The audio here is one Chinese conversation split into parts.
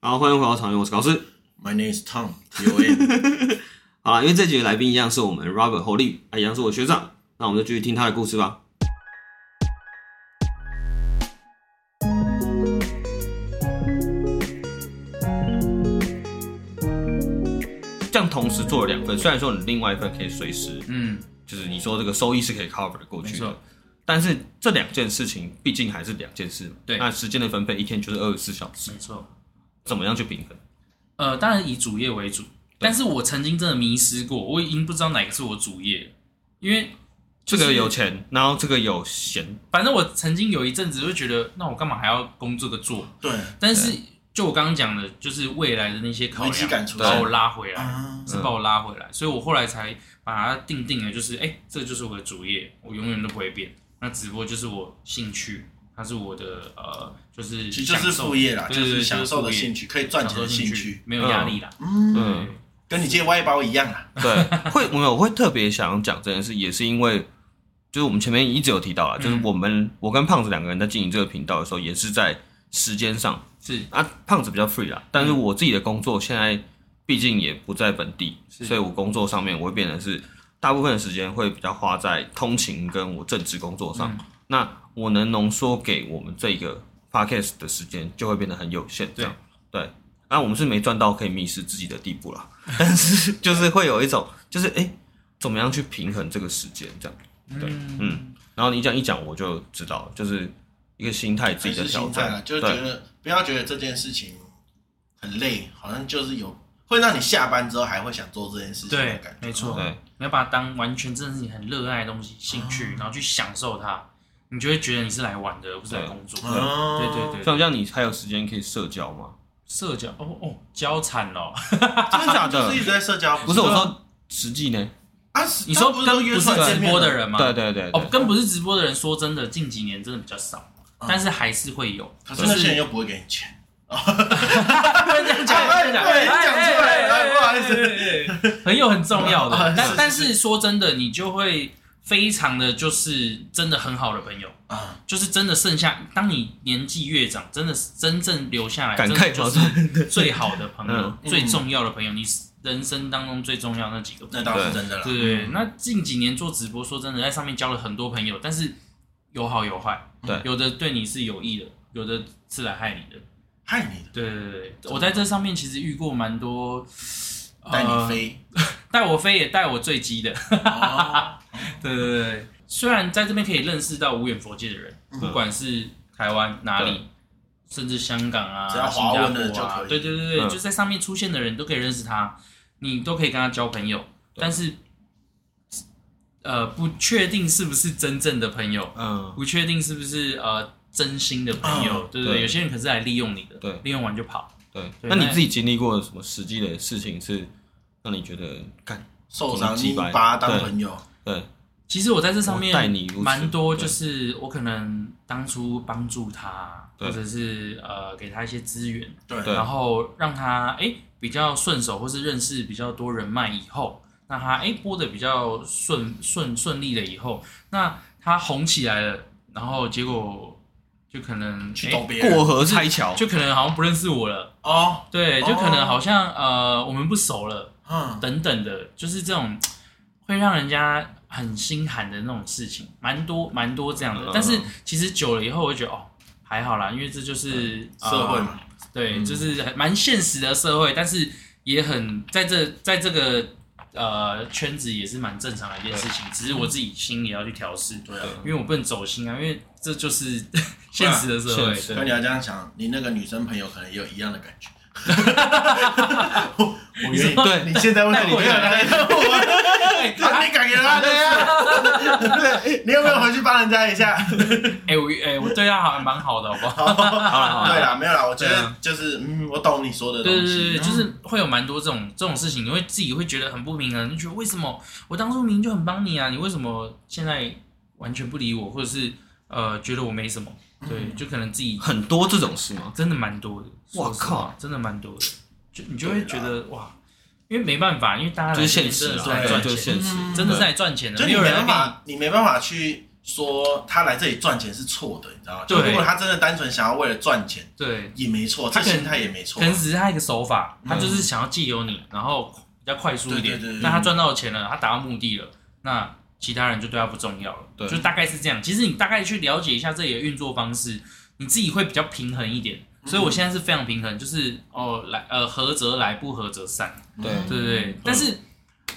好，欢迎回到常用，我是高斯。 My name is Tom. U N. 好啦，因为这集的来宾一样是我们 Robert 侯立，啊，一样是我学长，那我们就继续听他的故事吧。这样同时做了两份，虽然说你另外一份可以随时，嗯，就是你说这个收益是可以 cover 的过去没的错，但是这两件事情毕竟还是两件事嘛。对那时间的分配一天就是二十四小时，没错。怎么样去平衡？呃，当然以主业为主，但是我曾经真的迷失过，我已经不知道哪个是我主业了，因为这就是个有钱，然后这个有闲，反正我曾经有一阵子就觉得，那我干嘛还要工这个做？对但是就我刚刚讲的，就是未来的那些考危机感量，出把现我拉回来，啊，是把我拉回来，所以我后来才把它定定了，就是哎、这就是我的主业，我永远都不会变。那直播就是我兴趣，它是我的呃，就是其实就是享受副业啦，对就对对是享受的就是副业兴趣，可以赚钱享受的兴趣趣，，没有压力啦。嗯。跟你接外包一样啦。 对，会我有会特别想要讲这件事，也是因为就是我们前面一直有提到了，就是我们我跟胖子两个人在经营这个频道的时候，也是在时间上是啊，胖子比较 free 啦，但是嗯我自己的工作现在毕竟也不在本地，是所以我工作上面我会变成是大部分的时间会比较花在通勤跟我正职工作上，嗯那我能浓缩给我们这个 podcast 的时间就会变得很有限，这样对。啊，我们是没赚到可以迷失自己的地步啦， 但是就是会有一种，就是哎、诶怎么样去平衡这个时间这样？对，嗯。然后你这样一讲，我就知道，就是一个心态自己的是调心态整啦，，就是对觉得不要觉得这件事情很累，好像就是有会让你下班之后还会想做这件事情的对感，觉。没错，对你要把它当完全真的是你很热爱的东西、兴趣，然后去享受它，你就会觉得你是来玩的，而不是来工作。对哦，对对，像这样，你还有时间可以社交吗？社交哦哦，交惨了。真的假就的是一？直在社交，不是我说实际呢？啊，是你说他不跟是都不约是出来直见面播的了，人吗？对对对哦，对，跟不是直播的人，说真的，近几年真的比较少，但是还是会有。啊可是那些人又不会给你钱。这样讲，哎这样讲，哎讲出来了哎不好意思，哎哎哎朋友很重要啊的。是但是但是说真的，你就会非常的就是真的很好的朋友，啊，就是真的剩下，当你年纪越长，真的是真正留下来，感真慨的就矛是最好的朋友嗯，最重要的朋友，你人生当中最重要那几个朋那友。倒是真的啦。对对，对那近几年做直播，说真的，在上面交了很多朋友，但是有好有坏，对有的对你是有益的，有的是来害你的。害你的，对对对对，我在这上面其实遇过蛮多，呃带你，飞。带我飞也带我坠机的。 哦对对对，虽然在这边可以认识到无远佛界的人，嗯不管是台湾哪里，甚至香港啊，只要华文的新加坡啊就可以对对对对，嗯就在上面出现的人都可以认识他，你都可以跟他交朋友，但是呃，不确定是不是真正的朋友，嗯，不确定是不是呃真心的朋啊友，对对对，对有些人可是来利用你的，对利用完就跑。对。对那你那自己经历过什么实际的事情是让你觉得干？受伤，几你百把他当朋友，对，其实我在这上面我待你如此蛮多，对就是我可能当初帮助他，对或者是呃给他一些资源，对对然后让他哎、诶比较顺手，或是认识比较多人脉以后，那他哎、诶播的比较顺顺顺利了以后，那他红起来了，然后结果就可能去诶逗别人过河拆桥，就可能好像不认识我了，哦，对，就可哦能好像、呃我们不熟了。嗯，等等的，就是这种会让人家很心寒的那种事情，蛮多蛮多这样嗯的。但是其实久了以后，我就觉得哦，还好啦，因为这就是、呃社会嘛，对，就是很蛮现实的社会，但是也很在这在这个呃圈子也是蛮正常的一件事情，只是我自己心里要去调试，对啊。因为我不能走心啊，因为这就是 现实的社现实会，那对你要这样想，你那个女生朋友可能也有一样的感觉。 我我愿意，你说对你现在问带你过没有来来问我，哎那你感觉他对啊呀？对，你有没有回去帮人家一下？ 哎我哎我对他好像蛮好的，好不好？好了 好啊对了，啦，没有啦，我觉对得啊就是嗯，我懂你说的东对对西，啊对，就是会有蛮多这种这种事情，你会自己会觉得很不平衡，就觉得为什么我当初明明就很帮你啊，你为什么现在完全不理我，或者是呃觉得我没什么？嗯对，就可能自己很多这种事吗？真的蛮多的。哇说实话靠，真的蛮多的，就你就会对觉啦得哇，因为没办法，因为大家就来是这边现实真的啊，是来对对，赚就是钱，现实，嗯真的是对来赚钱的，就没你有没人来办跟你法，你没办法去说他来这里赚钱是错的，你知道吗？对就如果他真的单纯想要为了赚钱，对，也没错，他这可能心态也没错啊嗯可。能只是他一个手法，他就是想要借由你，然后比较快速一对点对对。对那他赚到钱了，他达到目的了，那其他人就对他不重要了。对就大概是这样。其实你大概去了解一下这里的运作方式，你自己会比较平衡一点。所以我现在是非常平衡，就是哦来呃合则来，不合则散。对嗯对对对，但是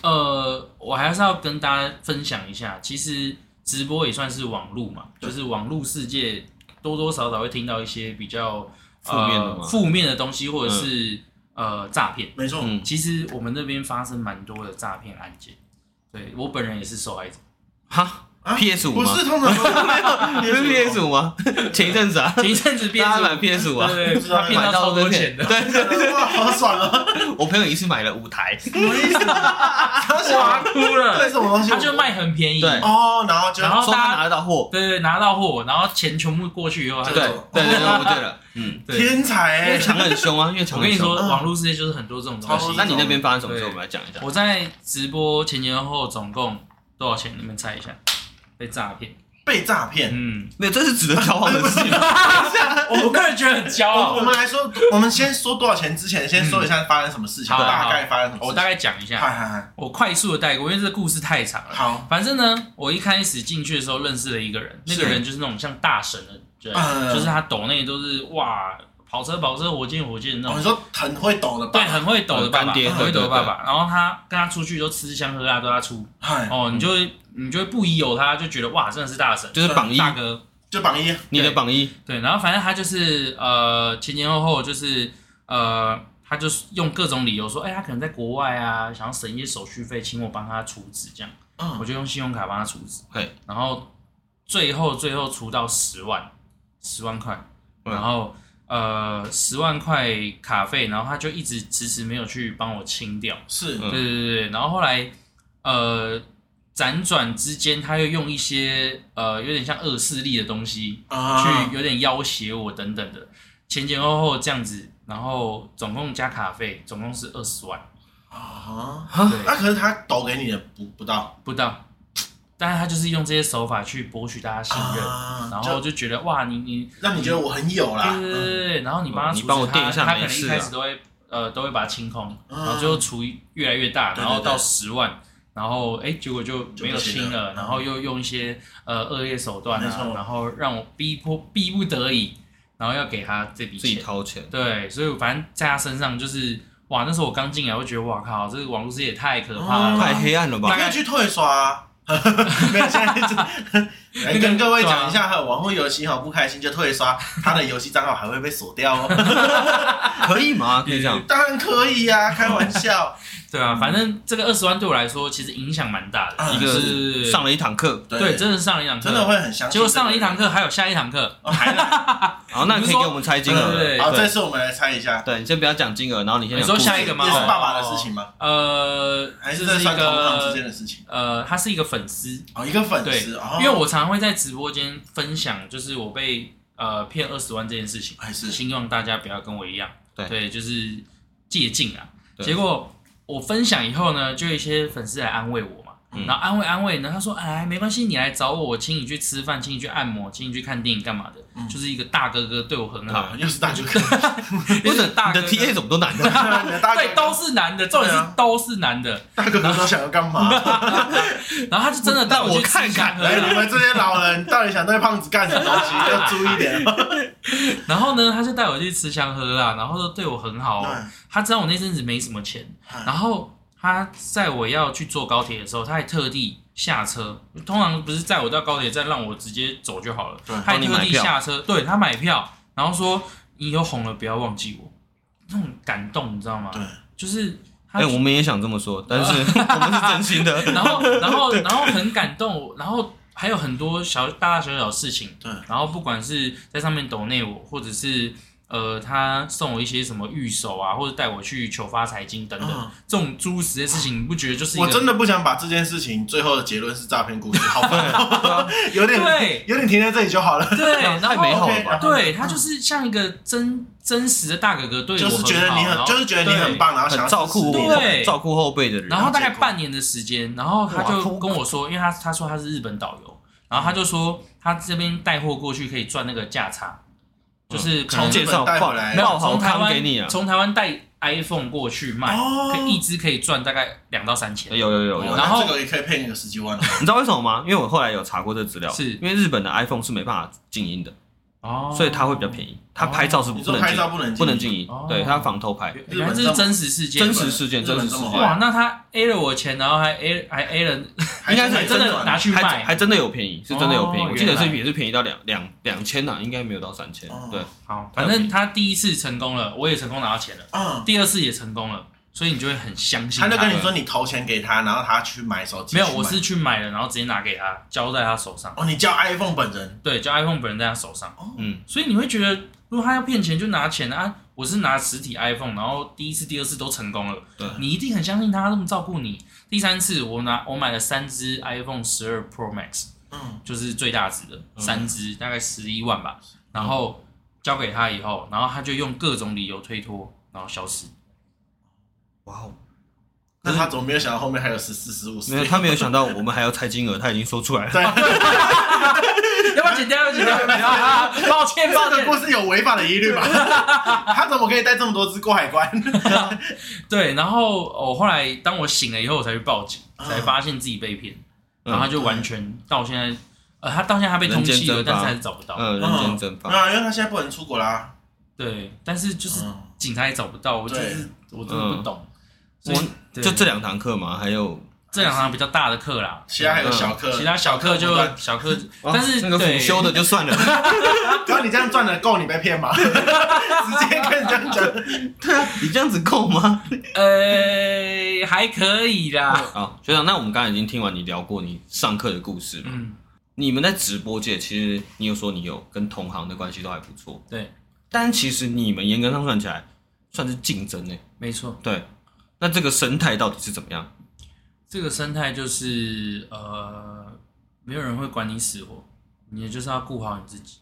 呃，我还是要跟大家分享一下，其实直播也算是网络嘛，对就是网络世界多多少少会听到一些比较负面的呃吗负面的东西，或者是、呃诈骗。没错，嗯，其实我们那边发生蛮多的诈骗案件，对我本人也是受害者。哈啊，PS 五不吗？是通常不是 PS 五，五吗？前一阵子啊，前一阵子变大家买成 PS 五啊，对对，不知道他骗到超多钱的，对，哇，好爽啊！我朋友一次买了五台，什么意思？他哇想哭啊对了，什么东西？他就卖很便宜，对哦，然后就然后说他拿得到货，对对，拿到货，然后钱全部过去以后，他对就对走对对，我对了， 嗯，对天才因为欸，抢很凶啊，因为抢我跟很你说，凶。嗯网络世界就是很多这种东超多西。那你那边发生什么事？我们来讲一下。我在直播前前后后总共多少钱？你们猜一下，被诈骗。被诈骗。嗯，没有，这是值得骄傲的事情。我我个人觉得很骄我我傲。们来说，我们先说多少钱之前，先说一下发生什么事情，嗯好大概发生什么我事大情。概讲一嗨下，嗨嗨，我快速的带过，因为这个故事太长了。好，反正呢，我一开始进去的时候认识了一个人，那个是人就是那种像大神的嗯人，就是他抖内都是哇跑车跑车火箭火箭那哦种你，说很会抖的吧？嗯对，很会抖的爸爸，干爹很会对对抖的爸爸。然后他跟他出去都吃香喝辣都他出，嗨，哦，你就会你就会不疑有他，就觉得哇，真的是大神， 就是榜一大哥。就榜一，你的榜一，对，然后反正他就是呃前前后后就是呃，他就是用各种理由说，哎、他可能在国外啊，想要省一些手续费，请我帮他处置这样，我嗯，就用信用卡帮他处置嘿，然后最后最后除到十万，十万块，嗯然后。呃，十万块卡费，然后他就一直迟迟没有去帮我清掉，是嗯对对对对，然后后来呃辗转之间，他又用一些呃有点像恶势力的东西啊去，有点要挟我等等的，前前后后这样子，然后总共加卡费总共是二十万，啊，那对，可是他抖给你的不不到，不到，但是他就是用这些手法去博取大家信任，啊然后就就觉得哇，你你让你觉得我很有啦对，对对对，然后你帮他嗯处你置帮我他垫一下他没可能一事开啊始都会呃都会把它清空，嗯然后最后除以越来越大，对对然后到对十万，然后哎结果就没就有清不行了了，然后又用一些呃恶劣手段没啊错，然后让我逼迫逼不得已，然后要给他这笔自己钱。掏钱，对，所以反正在他身上就是哇，那时候我刚进来，我就觉得哇靠，这个网络世界也太可怕嗯了吧。太黑暗了你吧？可以去退刷 啊。没有，现在 就来跟各位讲一下，网络游戏哈，不开心就退刷，啊他的游戏账号还会被锁掉 哦。可以吗？可以这样。当然可以呀，开玩笑。对啊，反正这个二十万对我来说其实影响蛮大的，嗯一个是上了一堂课，对，真的是上了一堂课，真的会很相信。结果上了一堂，课，还有下一堂课，哦还能好，那你可以你是说给我们猜金额。 对好，这次我们来猜一下，对，你先不要讲金额，然后你先你讲说故事下一个吗哦也是爸爸的事情吗？呃，还是这在一算同行之间个的事情？呃，他是一个粉丝，哦，一个粉对丝，哦，因为我常常会在直播间分享，就是我被呃骗二十万这件事情，还是希望大家不要跟我一样，对就是借镜啊。对结果我分享以后呢，就有一些粉丝来安慰我嘛，嗯然后安慰安慰呢，他说：“哎，没关系，你来找我，我请你去吃饭，请你去按摩，请你去看电影，干嘛的？”嗯就是一个大哥哥对我很好，对哦又是大哥 哥，不是就你是大哥的哥 TA 怎么都难的？大哥对，都是男的，重点对是啊都是男的。大哥哥都想要干 嘛？啊哎然后他就真的带我去吃香喝啊来，你辣，们这些老人到底想对胖子干什么东西？要注意点哦。然后呢，他就带我去吃香喝辣，然后都对我很好 哦。他知道我那阵子没什么钱，啊嗯然后他在我要去坐高铁的时候，他还特地下车。嗯通常不是载我到高铁站，让我直接走就好了。对他还特帮你地买票下车，对他买票，然后说你以后红了不要忘记我，那种感动你知道吗？对，就是 他哎，我们也想这么说，但 是我们是真心的。然后，然后，然后很感动，然后还有很多小大大小小的事情。对然后不管是在上面抖内我，或者是呃他送我一些什么玉手啊，或者带我去求发财经等等，嗯这种诸如此类的事情，你不觉得就是一我个真的不想把这件事情最后的结论是诈骗故事，好烦哦，有点 对有点停在这里就好了。对？然后啊太美好了 OK，然吧？后对他就是像一个真真实的大哥哥对我就是觉得你好然很，后就是觉得你很棒，然后想要很照顾支持你我对，照顾后辈的人。然后大概结果半年的时间，然后他哇就空跟我说，因为他他说他是日本导游，然后他就说他这边带货过去可以赚那个价差，就是可从能介绍带爆回来没有爆好从台看湾给你啊，从台湾带 iPhone 过去卖，哦可以一支可以赚大概两到三千有。有有有，哦有然后这个也可以配那个十几万哦，你知道为什么吗？因为我后来有查过这资料，是因为日本的 iPhone 是没办法静音的，哦所以它会比较便宜，它拍照是不你不说能拍静照不能不能静音哦，对，它防偷拍，日原来本这这是么真实事件，真实事件，日本真实事这么件，哇！那他 A 了我钱，然后还 A 还 A 了，还应该是可以真的赚拿去卖还还真的有便宜，是真的有便宜，哦我记得原是来也是便宜到两两两千呐，应该没有到三千哦，对，好，反正他第一次成功了，我也成功拿到钱了，嗯，第二次也成功了，所以你就会很相信他就跟你了说你投钱给他，然后他去买手机。没有，去买我是去买了，然后直接拿给他，交在他手上，哦，你叫 iPhone 本人对，交 iPhone 本人在他手上，嗯，所以你会觉得，如果他要骗钱就拿钱啊，我是拿实体 iPhone，然后第一次、第二次都成功了，对你一定很相信他，他这么照顾你。第三次我拿我买了三只 iPhone 十二 Pro Max，嗯，就是最大值的三只，大概十一万吧，然后交给他以后，然后他就用各种理由推脱，然后消失。哇哦，那他怎么没有想到后面还有十四、十五、十没有，他没有想到我们还要猜金额，他已经说 出来了。对，要不要剪掉？要不要剪掉？ 抱歉，抱这歉个。故事有违法的疑虑 吧？他怎么可以带这么多只过海关？ 对，然后我、后来当我醒了以后，我才去报警，嗯才发现自己被骗，啊嗯然后他就完全到现在，呃，他到现在他被人通缉间了，蒸发但是还是找不到。嗯，人间蒸没哦发。有啊，因为他现在不能出国啦。对，但是就是嗯警察也找不到，我就对是我真的不懂。嗯我所以对就这两堂课嘛，还有这两堂比较大的课啦，其他还有小课，嗯其他小课就小课小课，哦但嗯是那个对辅修的就算了， 只要你这样赚的够，你被骗吗？直接跟人家讲，啊你这样子够吗？呃还可以啦，好，学长，那我们刚才已经听完你聊过你上课的故事嘛？嗯，你们在直播界，其实你有说你有跟同行的关系都还不错，对，但其实你们严格上算起来算是竞争呢、没错。对，那这个生态到底是怎么样？这个生态就是呃，没有人会管你死活，你也就是要顾好你自己。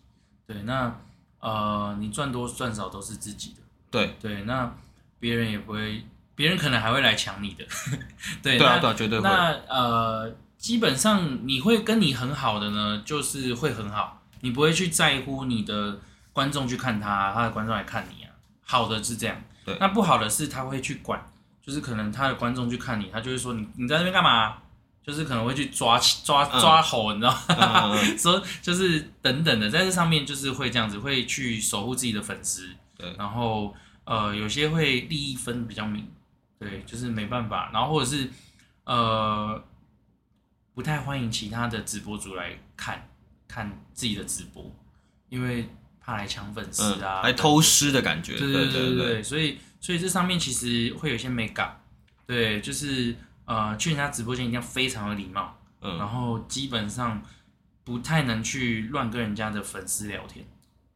对，那呃，你赚多赚少都是自己的。对，对，那别人也不会，别人可能还会来抢你的。 对，对啊，那对啊，绝对会。那呃，基本上你会跟你很好的呢，就是会很好，你不会去在乎你的观众去看他，他的观众来看你啊。好的是这样，对那不好的是他会去管，就是可能他的观众去看你，他就会说你你在那边干嘛？就是可能会去抓抓嗯抓吼，你知道吗？嗯嗯嗯 说就是等等的，在这上面就是会这样子，会去守护自己的粉丝，对然后呃有些会利益分比较明，对，就是没办法，然后或者是呃不太欢迎其他的直播主来看看自己的直播，因为怕来抢粉丝嗯，啊，来偷师的感觉。对对对对对，对，所以所以这上面其实会有一些美感，对，就是呃去人家直播间一定要非常有礼貌。然嗯，后基本上不太能去乱跟人家的粉丝聊天，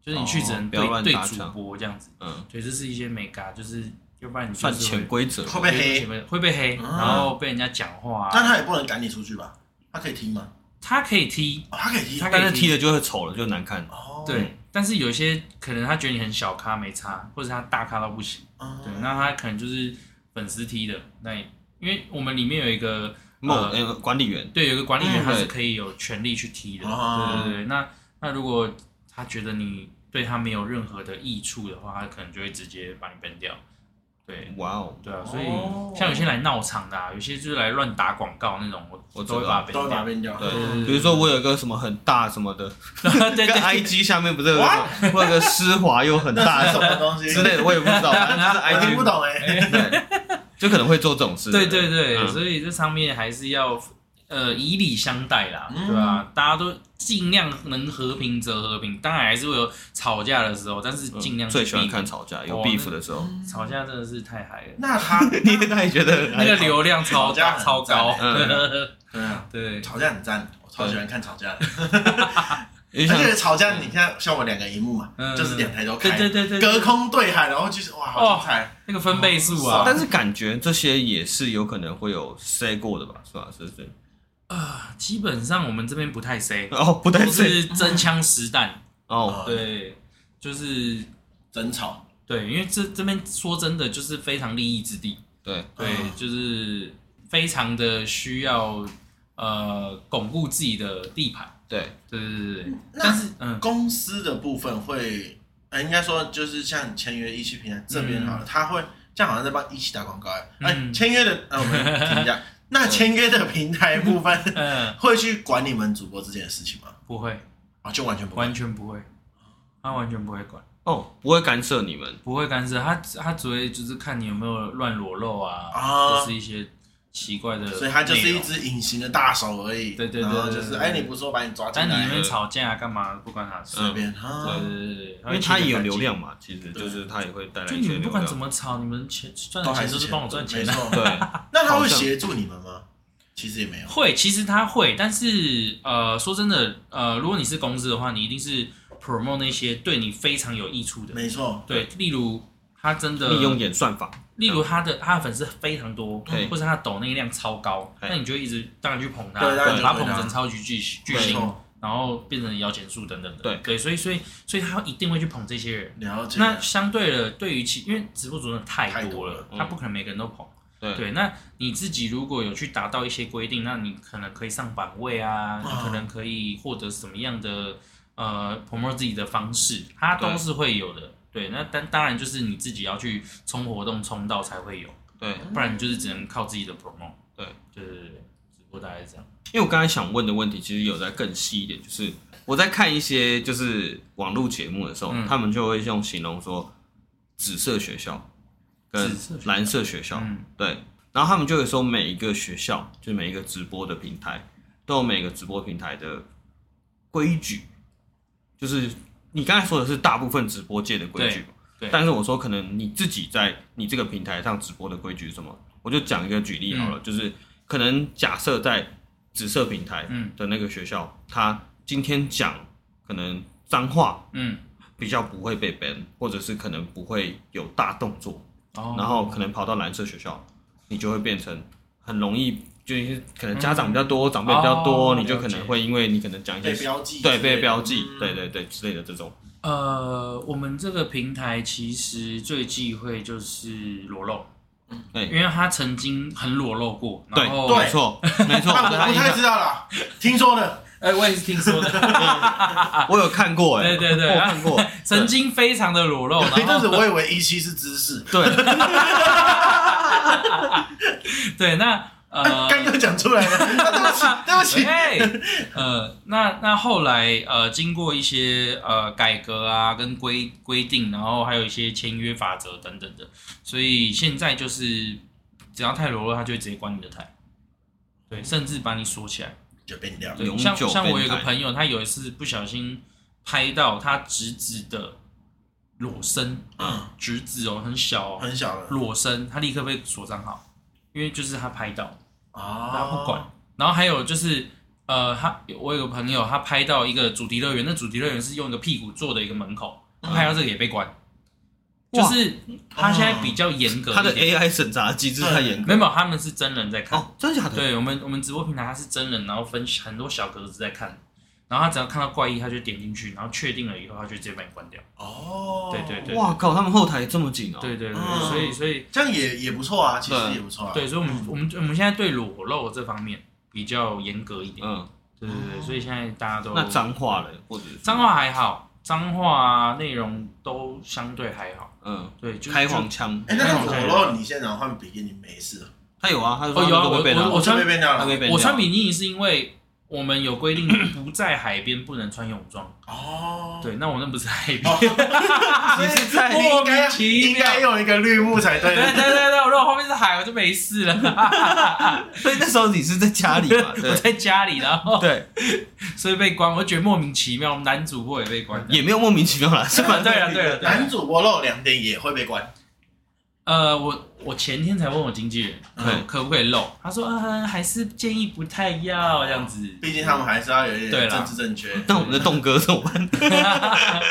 就是你去只哦能不对、要乱对搭主腔播这样子。嗯，对，这是一些美嘎，就是要不然你算就是潜会规则。会被黑，会会被黑，啊然后被人家讲话、但啊。他也不能赶你出去吧？他可以踢吗？他可以踢，哦他可以踢他。可以但是踢了就会丑了，就难看。嗯哦，对，但是有些可能他觉得你很小咖没差，或者他大咖到不行，嗯哦对，那他可能就是粉丝踢的。那也因为我们里面有一个某呃呃管理员，对，有一个管理员嗯他是对可以有权利去踢的。嗯哦对对对，那那如果他觉得你对他没有任何的益处的话，他可能就会直接把你 ban 掉。对哇哦，对啊，所以哦像有些来闹场的、啊，有些就是来乱打广告那种，我我知道都会把他都 ban 会把他掉。变掉。对对对比如说我有一个什么很大什么的，对嗯对跟对 IG 下面不是有一个我有个施华又很大那是什什么么东西之类的，我也不知道，反 我正听就不是 IG 懂哎。对，就可能会做这种事。对对对，嗯所以这上面还是要呃以礼相待啦，嗯对吧、大家都尽量能和平则和平，当然还是会有吵架的时候，但是嗯尽量去最喜欢避免看吵架，有哦 beef 那的时候， 吵架真的是太嗨了。那 他你也太觉得哎那个流量超吵架大很超高， 嗯对啊，对，吵架很赞，我超喜欢看吵架的。你而想 且吵架，你看像我两个荧幕嘛，嗯就是两台都对开，对对对，隔对空对喊，然后就是哇，好精彩。那个分贝数哦啊，但是感觉这些也是有可能会有 say 过的吧，是吧？是是基本上我们这边不太 C，哦，不对都，是真枪实弹，哦，对，对，就是争吵，对，因为这这边说真的就是非常利益之地，对，对，就是非常的需要呃巩固自己的地盘。对，对对对对对，那但是嗯公司的部分会，呃，应该说就是像签约一期平台这边好了，他会这样好像在帮一期打广告哎、哎、嗯签约 的，呃，我们停一下，那签约的平台部分 嗯会去管你们主播之间的事情吗？不会，啊，就完全不管完全不会，他完全不会管，哦，不会干涉你们，不会干涉，他他只会就是看你有没有乱裸露啊，啊或是一些奇怪的内容，所以他就是一只隐形的大手而已。对对对然后对就对是对哎，你不说把你抓进但你那来，边吵架啊干嘛不关他的事，嗯这边对啊，对对对对，因为他会也切有得干流净。量嘛，其实就是他也会带来就一你些们不流管量怎。么吵，你们钱赚都的还钱是都是钱帮我赚没钱啊的。 错。对，那他好会像协助你们吗？其实也没有。会，其实他会，但是呃，说真的，呃，如果你是公司的话，你一定是 promote 那些对你非常有益处的。没错，对，例如他真的利用演算法，例如他的他的粉丝非常多对，或者他的抖那量超高，对那你就一直当然去捧他，对当然就把捧捧他成超级巨巨没星，错，然后变成摇钱树等等的。对对，所以所以所以他一定会去捧这些人。了解。那相对的，对于其因为直播主真的太太多多了了，嗯嗯他不可能每个人都捧。对对，那你自己如果有去达到一些规定，那你可能可以上榜位啊，你啊可能可以获得什么样的呃 promote 自己的方式，它都对是会有的。对，那当当然就是你自己要去冲活动冲到才会有，对，不然你就是只能靠自己的 promote。对对哦对对，直播大概是这样。因为我刚才想问的问题，其实有在更细一点，就是我在看一些就是网络节目的时候，嗯他们就会用形容说紫色学校跟紫色学校蓝色学校，嗯对，然后他们就会说每一个学校，就每一个直播的平台都有每个直播平台的规矩，就是你刚才说的是大部分直播界的规矩，对对但是我说可能你自己在你这个平台上直播的规矩是什么，我就讲一个举例好了，嗯就是可能假设在紫色平台嗯的那个学校，他今天讲可能脏话嗯，比较不会被 ban，或者是可能不会有大动作。哦然后可能跑到蓝色学校，你就会变成很容易，就是可能家长比较多，长辈比较多，哦你就了可解能会因为你可能讲一被些标记之对类的，被标记，嗯对对对之类的这种，呃，我们这个平台其实最忌讳就是裸露，对因为他曾经很裸露过，对，然后嗯对没错没 错，啊，对我不太知道啦，听说的。哎、我也是听 说的，我有看过哎，对啊对对，我有看过 曾经非常的裸 哦露，然有一阵后子我以为一期是知识，对对 对那呃，刚刚讲出来 了，啊对不起，对不起。哎，呃，那那后来呃，经过一些呃改革啊，跟规规定，然后还有一些签约法则等等的，所以现在就是只要太裸露，他就会直接关你的台，对，甚至把你锁起来。就变掉了。对，永像久像变我有一个态朋友，他有一次不小心拍到他侄子的裸身，嗯，侄子哦，很小哦，很小了裸身，他立刻被锁账号，因为就是他拍到，啊哦他哦不管。然后还有就是，呃，他我有个朋友，他拍到一个主题乐园，那主题乐园是用一个屁股坐的一个门口，他拍到这个也被关，嗯哇就是他现在比较严格他的一点， AI 审查机制太严格没有，没有他们是真人在看。哦，真的假的？ 对我们，我们直播平台它是真人，然后分很多小格子在看，然后他只要看到怪异，他就点进去，然后确定了以后，他就直接把你关掉。哦，对对对哇靠，他们后台这么紧哦，嗯对对对，嗯所以所以这样也也不错啊，其实对也不错啊。对，所以我们我们我们现在对裸露这方面比较严格一点。嗯，哦对对对，所以现在大家都那脏话嘞，或者是脏话还好，脏话啊内容都相对还好。嗯，对，就开就黄腔，哎，那他没有裸露，你现场换比基尼没事了，他有啊，他就哦说有啊他都被我我了，就穿被变掉他了被。ban 我穿掉比基尼是因为我们 有规定不在海边不能穿泳装。哦，对，那我那不是海边。哦你是在你应该莫名其 妙应该用一个绿幕才对 对对。对对，我如果后面是海，我就没事了。 所以那时候你是在家里 嘛？我对在家里，然后对，所以被关，我就觉得莫名其妙。我们男主播也被关。哦也没有莫名其妙啦， 是吧？对了 对了啊对了男，主播露两点也会被关，呃，我我前天才问我经纪人，对可不可以露？他说，嗯，还是建议不太要这样子。毕竟他们还是要有一对点啦政治正确。那我们的栋哥怎哎么办？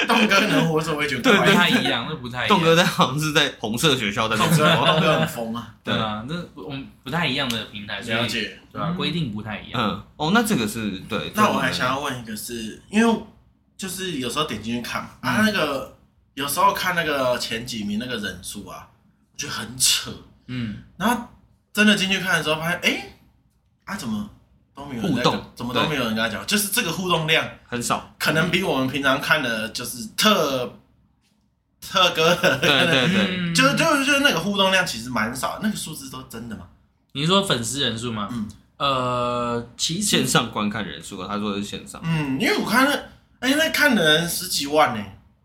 栋哥能活着，我也觉得不怪太一样，那不太一栋样。哥在好像是在红色学校在那栋哥边，栋哥很疯啊，对啊，那我们不太一样的平台，所了以解。对吧？规定不太一样。嗯，哦，那这个是对。那我还想要问一个是，因为就是有时候点进去看嘛，嗯啊，那个有时候看那个前几名那个人数啊，我觉得很扯。嗯，然后真的进去看的时候，发现哎，啊怎么都没有人互在动跟怎么都没有人跟他讲话，就是这个互动量很少。可能比我们平常看的就是特特哥的，对对对，嗯， 就是就是就是那个互动量其实蛮少，那个数字都真的吗？你说粉丝人数吗？嗯，呃，其实线上观看人数，啊他说的是线上，嗯，因为我看那哎、那看的人十几万呢、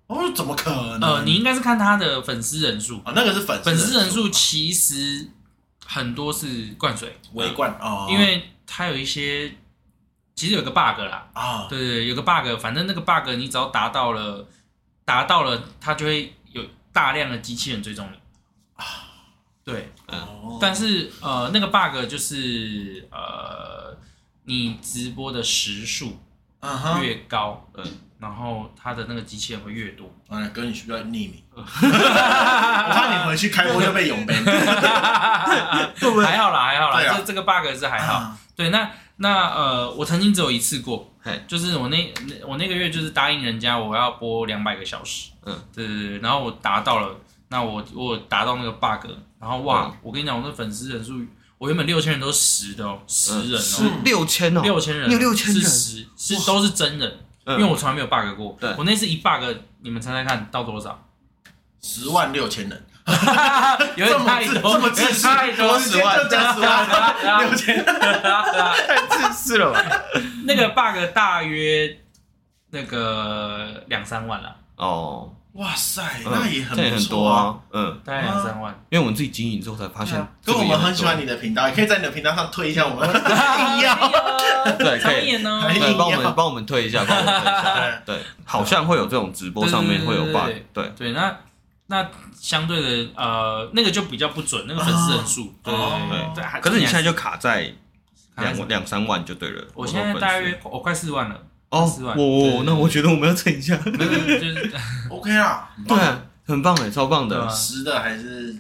我说怎么可能？呃，你应该是看他的粉丝人数，哦那个是粉粉丝人数数其实很多是灌水，围观哦，因为它有一些其实有个 bug 啦，啊、对对对，有个 bug，反正那个 bug 你只要达到了，达到了，它就会有大量的机器人追踪你。对，哦但是呃，那个 bug 就是呃，你直播的时数嗯哼，越高，对，然后它的那个机器人会越 多。 嗯，哥你需要匿名，我怕你回去开播就被永 编。还好啦，还好啦，对啊这这个 bug 是还好。啊对，那那呃，我曾经只有一次过嘿，就是我那那我那个月就是答应人家我要播两百个小时，嗯，对对对，然后我达到了，那我我有达到那个 bug，然后哇，我跟你讲，我的粉丝人数，我原本六千人都是实的哦，实人是哦，六嗯千哦，六千人，你有6000是人实是都是真人，因嗯为我从来没有 bug 过对，我那次一 bug，你们猜猜看到多少？十万六千人，有点哎太这多，么自有点太多啊我 直接就讲十万六千人，太自私了吧？那个 bug 大约那个两三万了，哦，哇塞，嗯那也很这也不很多错啊。啊，嗯，大概两三万。因为我们自己经营之后才发现这个跟我也多，们很喜欢你的频道，也可以在你的频道上推一下我们。 哎呀，对可以商演哦可以对，帮我一定要们帮我们推一下，帮我们推一下。对，好像会有这种直播上面会有 bug，对对，对，那那相对的，呃，那个就比较不准，那个粉丝人数，对哦对对对还。可是你现在就卡在还两两三万就对了。我现在大约说我快四万 了，粉丝四哦，万我对那我觉得我们要蹭一下，没有没有就是， OK 啊，很 棒对啊，很棒哎，超棒对啊的，实的还是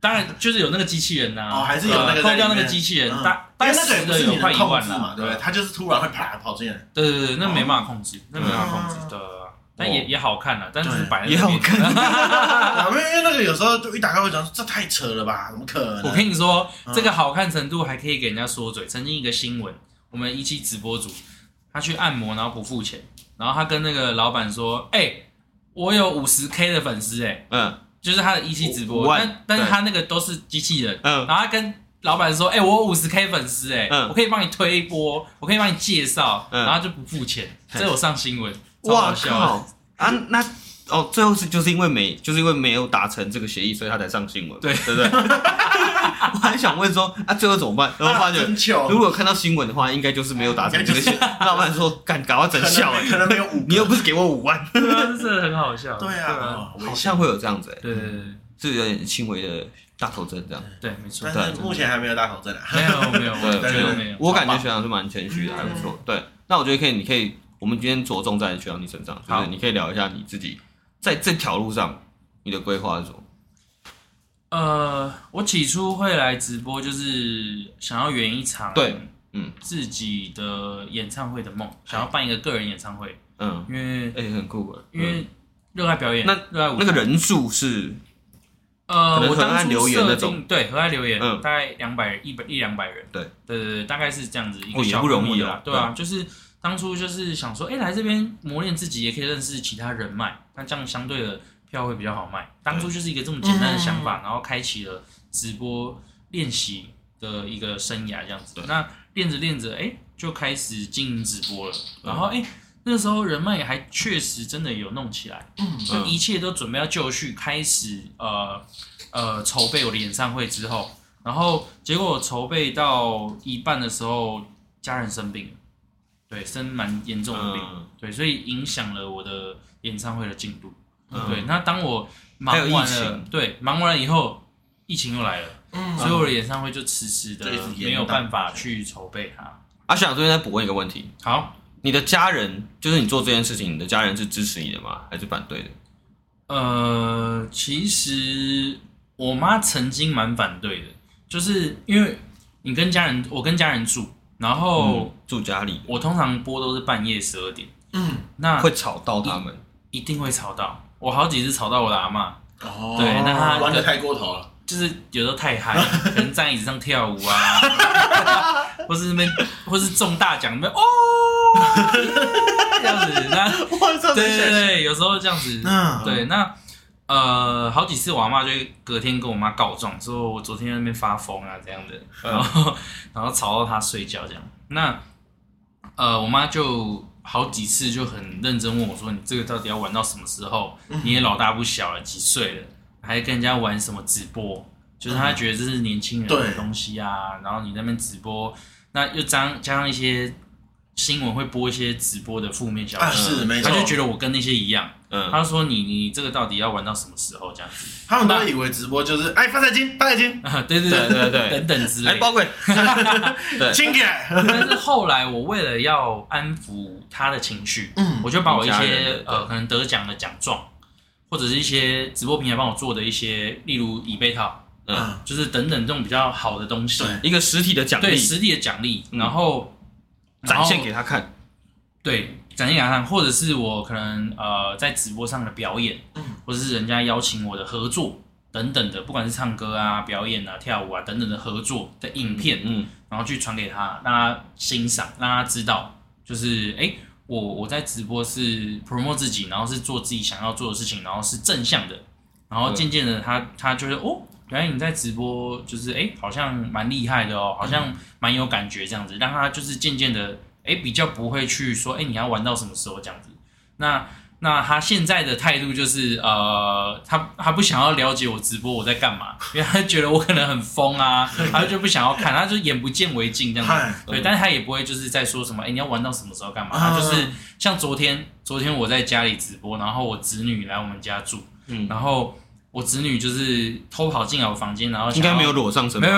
当然就是有那个机器人呐，哦还是有那个在呃扣里面掉那个机器人，嗯因大大概为那个也十不的是有你快能一控万制了嘛，对不对？哦他就是突然会啪跑进来，对对对，那没办法控制，那没办法控制嗯对对，对但也也好看了，但就是对摆在也那好边看。啊因为因为那个有时候就一打开会讲说这太扯了吧，怎么可能？我跟你说嗯，这个好看程度还可以给人家说嘴。曾经一个新闻，我们一期直播组，他去按摩，然后不付钱，然后他跟那个老板说：“哎、我有五十 K 的粉丝，哎， 嗯就是他的一期直五播，万但但是对他那个都是机器人，然 嗯，后他跟老板说：‘哎、我有五十 K 粉丝，哎、嗯我可以帮你推一波，我可以帮你介绍，嗯然后就不 付钱。’嘿这有上新闻，超哇好笑的。靠啊那。哦，最后是就是因为没就是因为没有达成这个协议，所以他才上新闻，对对不 对？我还想问说，啊，最后怎么办？然后发觉真啊哦糗，啊如果看到新闻的话，应该就是没有达成这个协议。老板说，干，赶快整可笑能可哎，能没有五你个，又不是给我五万， 对啊，这真的很好笑。对啊，，哦好像会有这样子哎，对对对是有点轻微的大头针这样。对，没错。但是目前还没有大头针啊。没有没有，我对，觉得没对有。我感觉学长是蛮谦虚的，嗯还不错。对，那我觉得可以，你可以，我们今天着重在学长你身上，就好是你可以聊一下你自己在这条路上你的规划是什么。呃，我起初会来直播，就是想要圆一场对，嗯，自己的演唱会的梦，想要办一个个人演唱会，嗯，因为哎，很酷啊。因为热爱表演，那热爱舞嗯台那个人数是，呃，可能我河当岸初留言那设种定对河岸留言，嗯大概两百一百一两百人，对对对对，大概是这样子一个哦也小不容规模易的哦啦，对啊，就是当初就是想说，哎，来这边磨练自己，也可以认识其他人脉，那这样相对的票会比较好卖。当初就是一个这么简单的想嗯法，然后开启了直播练习的一个生涯这样子对。那练着练着，哎，就开始经营直播了，嗯然后哎。那时候人脉也还确实真的有弄起来，嗯就一切都准备要就绪，开始呃呃筹备我的演唱会之后，然后结果我筹备到一半的时候，家人生病了，对，生蛮严重的病，嗯对，所以影响了我的演唱会的进度。嗯对，那当我忙还有疫完了情，对，忙完了以后，疫情又来了，嗯所以我的演唱会就迟迟的就一直延没有宕办法去筹备它。啊，学长这边再补问一个问题，好，你的家人，就是你做这件事情，你的家人是支持你的吗？还是反对的？呃，其实我妈曾经蛮反对的，就是因为你跟家人，我跟家人住，然后嗯，住家里我通常播都是半夜十二点，嗯，那会吵到他们。一定会吵到我好几次吵到我的阿妈，哦对那他玩的太过头了，就是有时候 太嗨，可能站在椅子上跳舞啊，或是那边，或是中大奖那边哦， 这样子，那我操，对对对，有时候这样子，嗯对，那呃，好几次我阿妈就会隔天跟我妈告状，说我昨天在那边发疯啊这样的，嗯然后、然后吵到她睡觉这样。那呃，我妈就好几次就很认真问我说：“你这个到底要玩到什么时候？嗯你也老大不小了，几岁了，还跟人家玩什么直播？”就是她觉得这是年轻人对的东西啊，然后你那边直播，那又加加上一些新闻会播一些直播的负面消息，啊是没错她就觉得我跟那些一样，嗯，他说你你这个到底要玩到什么时候这样子？ 他们都会以为直播就是哎发财金发财金啊，对对对对对等等之来类的。哎包鬼， 对亲起来，但是后来我为了要安抚他的情绪， 嗯我就把我一家人些的呃可能得奖的奖状，或者是一些直播平台帮我做的一些，例如椅背套， 嗯，啊就是等等这种比较好的东西，一个实体的奖对励实体的奖励，嗯然后展现然后给他看，对展现给他看，或者是我可能呃在直播上的表演，嗯或者是人家邀请我的合作等等的，不管是唱歌啊、表演啊、跳舞啊等等的合作的影片，嗯，然后去传给他，让他欣赏，让他知道，就是哎、诶我我在直播是 promote 自己，然后是做自己想要做的事情，然后是正向的，然后渐渐的他他就是哦，原来你在直播就是哎、诶好像蛮厉害的哦，好像蛮有感觉这样子，让他就是渐渐的哎、诶比较不会去说哎、诶你要玩到什么时候这样子，那。那他现在的态度就是，呃，他他不想要了解我直播我在干嘛，因为他觉得我可能很疯啊，他就不想要看，他就眼不见为净这样子。嗨，对，嗯但是他也不会就是在说什么，哎、你要玩到什么时候干嘛？啊他就是嗯像昨天，昨天我在家里直播，然后我侄女来我们家住，嗯然后我侄女就是偷跑进来我房间，然后应想要该没有裸上身没吧，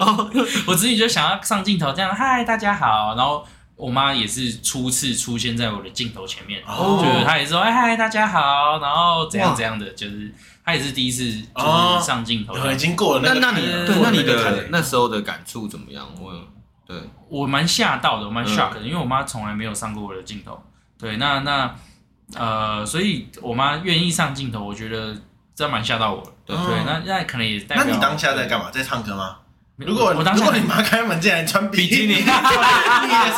哦有没有， 我侄女就想要上镜头，这样嗨大家好，然后我妈也是初次出现在我的镜头前面，哦就是她也说哎嗨大家好，然后怎样哇怎样的，就是她也是第一次就哦是上镜头这样已经过了那个那你坎了对过那了你个坎的了那时候的感触怎么样？我对我蛮吓到的，我蛮嗯 shock 的，因为我妈从来没有上过我的镜头。对，那那呃，所以我妈愿意上镜头，我觉得这蛮吓到我的。对哦对，那那可能也代那表。你当下在干嘛？在唱歌吗？没有？如果我当如下果你妈开门进来穿比基尼， 你也比基尼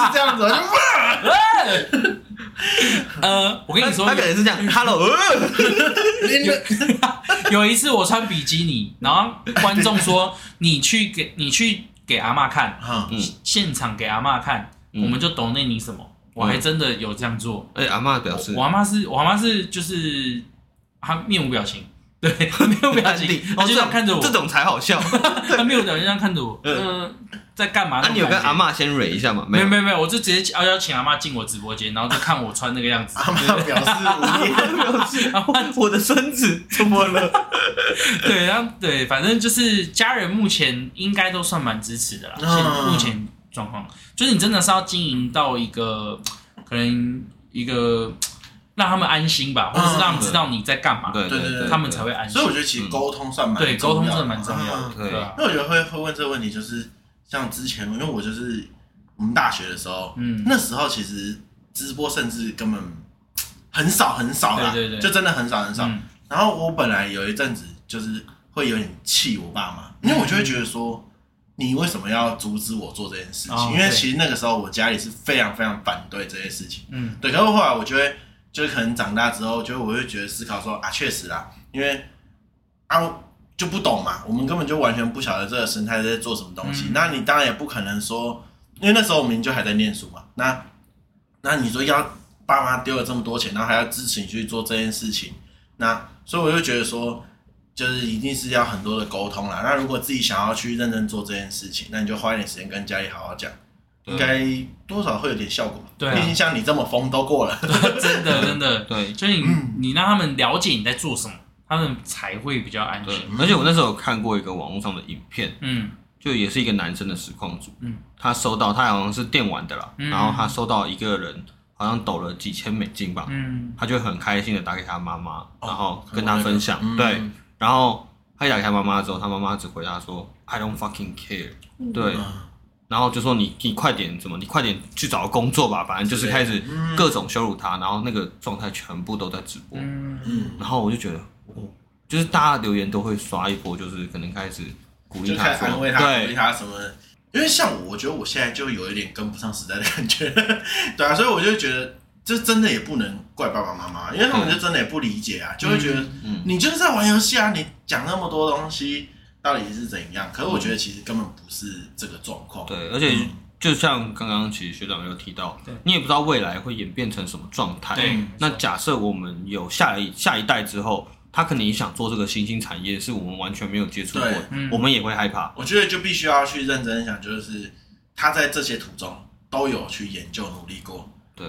是这样子，我 就呃，我跟你说他，可能是这样，Hello，呃你们有一次我穿比基尼，然后观众说你去给你去给阿嬷看，啊嗯现场给阿嬷看，嗯我们就懂那你什嗯么。我还真的有这样做，哎，阿嬷表示我阿妈是，我阿妈是就是她面无表情，对， 面无表淡情定，，她哦，这就这样种看着我，这种才好笑。 他没有表情这样看着我，嗯嗯，在干嘛？那啊你有跟阿妈？嬷先蕊一下吗？没有有，没有没有，我就直接要邀请阿妈进我直播间，然后就看我穿那个 样子。阿妈表示无言， 我的孙子怎么了？对，然后对，反正就是家人目前应该都算蛮支持的啦。嗯现目前状况，就是你真的是要经营到一个可能一个让他们安心吧，或者是让他们知道你在干嘛，对对对对，他们才会安心所以。我觉得其实沟通算蛮嗯对，重沟要通真的蛮重要嗯的。对啊，因为我觉得会会问这个问题，就是像之前，因为我就是我们大学的时候，嗯那时候其实直播甚至根本很少很少啦，对对对就真的很少很少。嗯然后我本来有一阵子就是会有点气我爸妈，因为我就会觉得说，你为什么要阻止我做这件事情？哦因为对其实那个时候我家里是非常非常反对这些事情。嗯 对，可是后来我就会，就是可能长大之后，就我会觉得思考说啊，确实啦，因为啊就不懂嘛，我们根本就完全不晓得这个生态在做什么东西。嗯那你当然也不可能说，因为那时候我们就还在念书嘛，那那你说要爸妈丢了这么多钱，然后还要支持你去做这件事情，那所以我就觉得说。就是一定是要很多的沟通啦。那如果自己想要去认真做这件事情，那你就花一点时间跟家里好好讲，应该多少会有点效果。对啊毕竟像你这么疯都过 了。真的真的，对所以你嗯你让他们了解你在做什么，他们才会比较安对心。。而且我那时候有看过一个网络上的影片，嗯就也是一个男生的实况组，嗯他收到他好像是电玩的啦，嗯然后他收到一个人好像抖了几千美金吧，嗯他就很开心的打给他妈妈，哦然后跟他分享，嗯对，，然后他打给他妈妈之后，他妈妈只回答说 I don't fucking care，对，嗯然后就说你你快点怎么，你快点去找工作吧，反正就是开始各种羞辱他，然后那个状态全部都在直播，嗯，嗯嗯，然后我就觉得，哦，就是大家留言都会刷一波，就是可能开始鼓就励他开始说，安慰他、鼓励对，他什么的。因为像我，我觉得我现在就有一点跟不上时代的感觉， 对啊，所以我就觉得这真的也不能怪爸爸妈妈，因为他们就真的也不理解啊，就会觉得、嗯你就是在玩游戏啊，你讲那么多东西到底是怎样？可是我觉得其实根本不是这个状况，对，而嗯且就像刚刚其实学长有提到对，你也不知道未来会演变成什么状态。对没那错假设我们有下一下一代之后，他可能也想做这个新兴产业，是我们完全没有接触过对的，嗯我们也会害怕。我觉得就必须要去认真想，就是他在这些途中都有去研究努力过，对，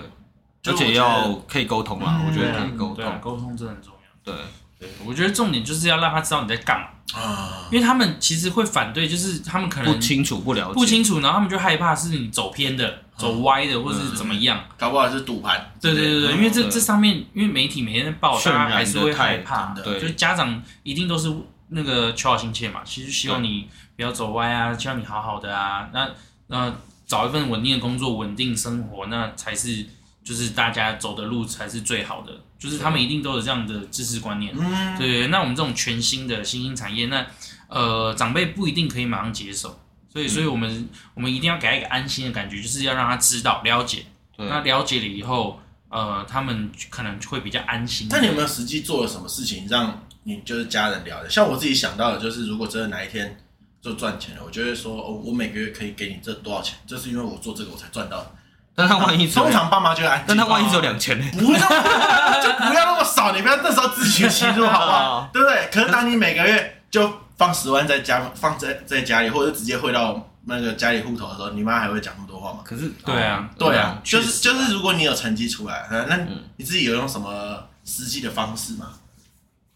就而我觉且得要可以沟通啊，嗯我觉得对啊可以沟对啊通。沟通真的很重要。对，对，我觉得重点就是要让他知道你在干嘛，啊、因为他们其实会反对，就是他们可能不清楚不了解，嗯不清楚，然后他们就害怕是你走偏的、走歪的，或是嗯怎么样。搞不好是赌盘之对类的，对对对，因为这对这上面，因为媒体每天在报，渲大家染还是得会太害怕真的就对是家长一定都是那个求好心切嘛，其实希望你不要走歪啊，希望你好好的啊。那那找一份稳定的工作，稳定生活，那才是就是大家走的路才是最好的。就是他们一定都有这样的知识观念。嗯，对，那我们这种全新的新兴产业，那呃长辈不一定可以马上接手，所以所以我们我们一定要给他一个安心的感觉，就是要让他知道了解。对那了解了以后，呃，他们可能会比较安心。那你有没有实际做了什么事情让你就是家人了解？像我自己想到的，就是如果真的哪一天就赚钱了，我就会说，哦，我每个月可以给你这多少钱，这是因为我做这个我才赚到的。但他万一只有通常爸妈就会安静，但他万一只有哦两千呢？不要就不要那么 少，你不要那时候自取其辱，好不啊好？对不对？可是当你每个月就放十万在家放在在家里，或者直接汇到那个家里户头的时候，你妈还会讲那么多话吗？可是对啊哦对啊，就确是实就是，如果你有成绩出来，呃那嗯你自己有用什么实际的方式吗？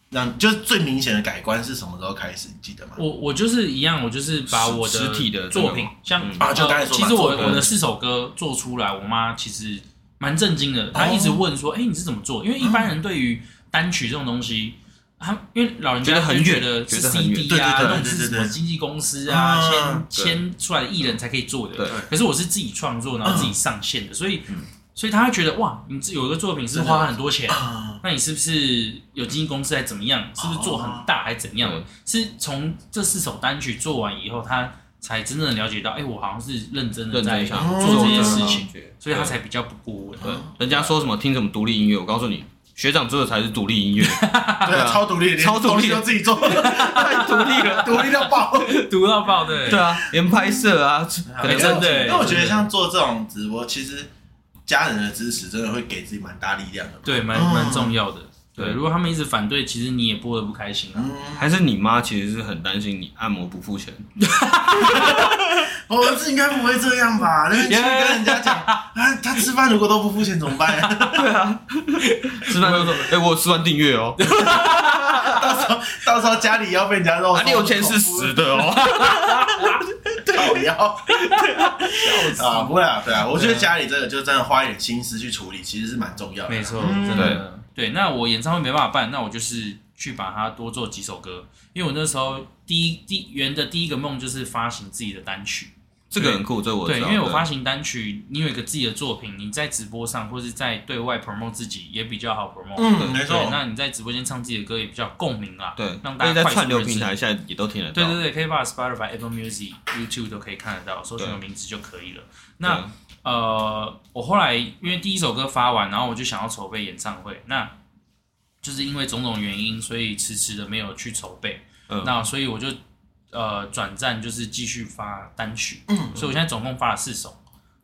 让就是最明显的改观是什么时候开始？你记得吗？我我就是一样，我就是把我实的体的作这个品吗，像嗯啊就刚才呃说其嘛实我作品我的四首歌做出来，我妈其实蛮震惊的，哦她一直问说：“哎，你是怎么做？”因为一般人对于单曲这种东西。他因为老人家觉得很就觉远得觉是得很远 CD 啊，对对对弄对是对什对么经纪公司啊，啊签签出来的艺人才可以做的对。可是我是自己创作，然后自嗯己上线的，所以所以他会觉得哇，你这有一个作品是花很多钱，啊，那你是不是有经纪公司还怎么样？是不是做很大还怎样？嗯是从这四首单曲做完以后，他才真正了解到，哎、我好像是认真的认在真想哦做这些件事事情情，对所以他才比较不过 问。对。人家说什么听什么独立音乐，我告诉你，学长这个才是独立音乐，对啊，超独立的，超独立连东西都自己做， 太独立了。 独立到爆。读到爆，对对啊，连拍摄啊，可嗯哎能真的因为我觉真得的像做这种直播，其实家人的支持真的会给自己蛮大力量的。对，蛮嗯蛮重要的。对，对如果他们一直反对，其实你也播的不开心啊。嗯，还是你妈其实是很担心你按摩不付钱，我哦儿子应该不会这样吧？那个去跟人家讲，啊，他吃饭如果都不付钱怎么办？ 吃饭就说，哎，我有吃完订阅哦，到时候到时候家里要被人家肉啊，搜，六千是实的 哦。讨要 啊！不会啊，对啊，我嗯觉得家里这个就真的花一点心思去处理，其实是蛮重要的。没错，嗯真的。对，那我演唱会没办法办，那我就是去把它多做几首歌，因为我那时候第一第圆的第一个梦就是发行自己的单曲。这个很酷，这个我对，知道。因为我发行单曲，你有一个自己的作品，你在直播上或是在对外 promote 自己也比较好 promote。嗯，没对，错。那你在直播间唱自己的歌也比较有共鸣啊，对，让大而且家在快速串流认识平台现在也都听得到。对对对，可以把 Spotify、Apple Music、YouTube 都可以看得到，搜寻对我名字就可以了。那呃，我后来因为第一首歌发完，然后我就想要筹备演唱会，那就是因为种种原因，所以迟迟的没有去筹备。嗯那所以我就呃转战，就是继续发单曲。嗯所以我现在总共发了四首。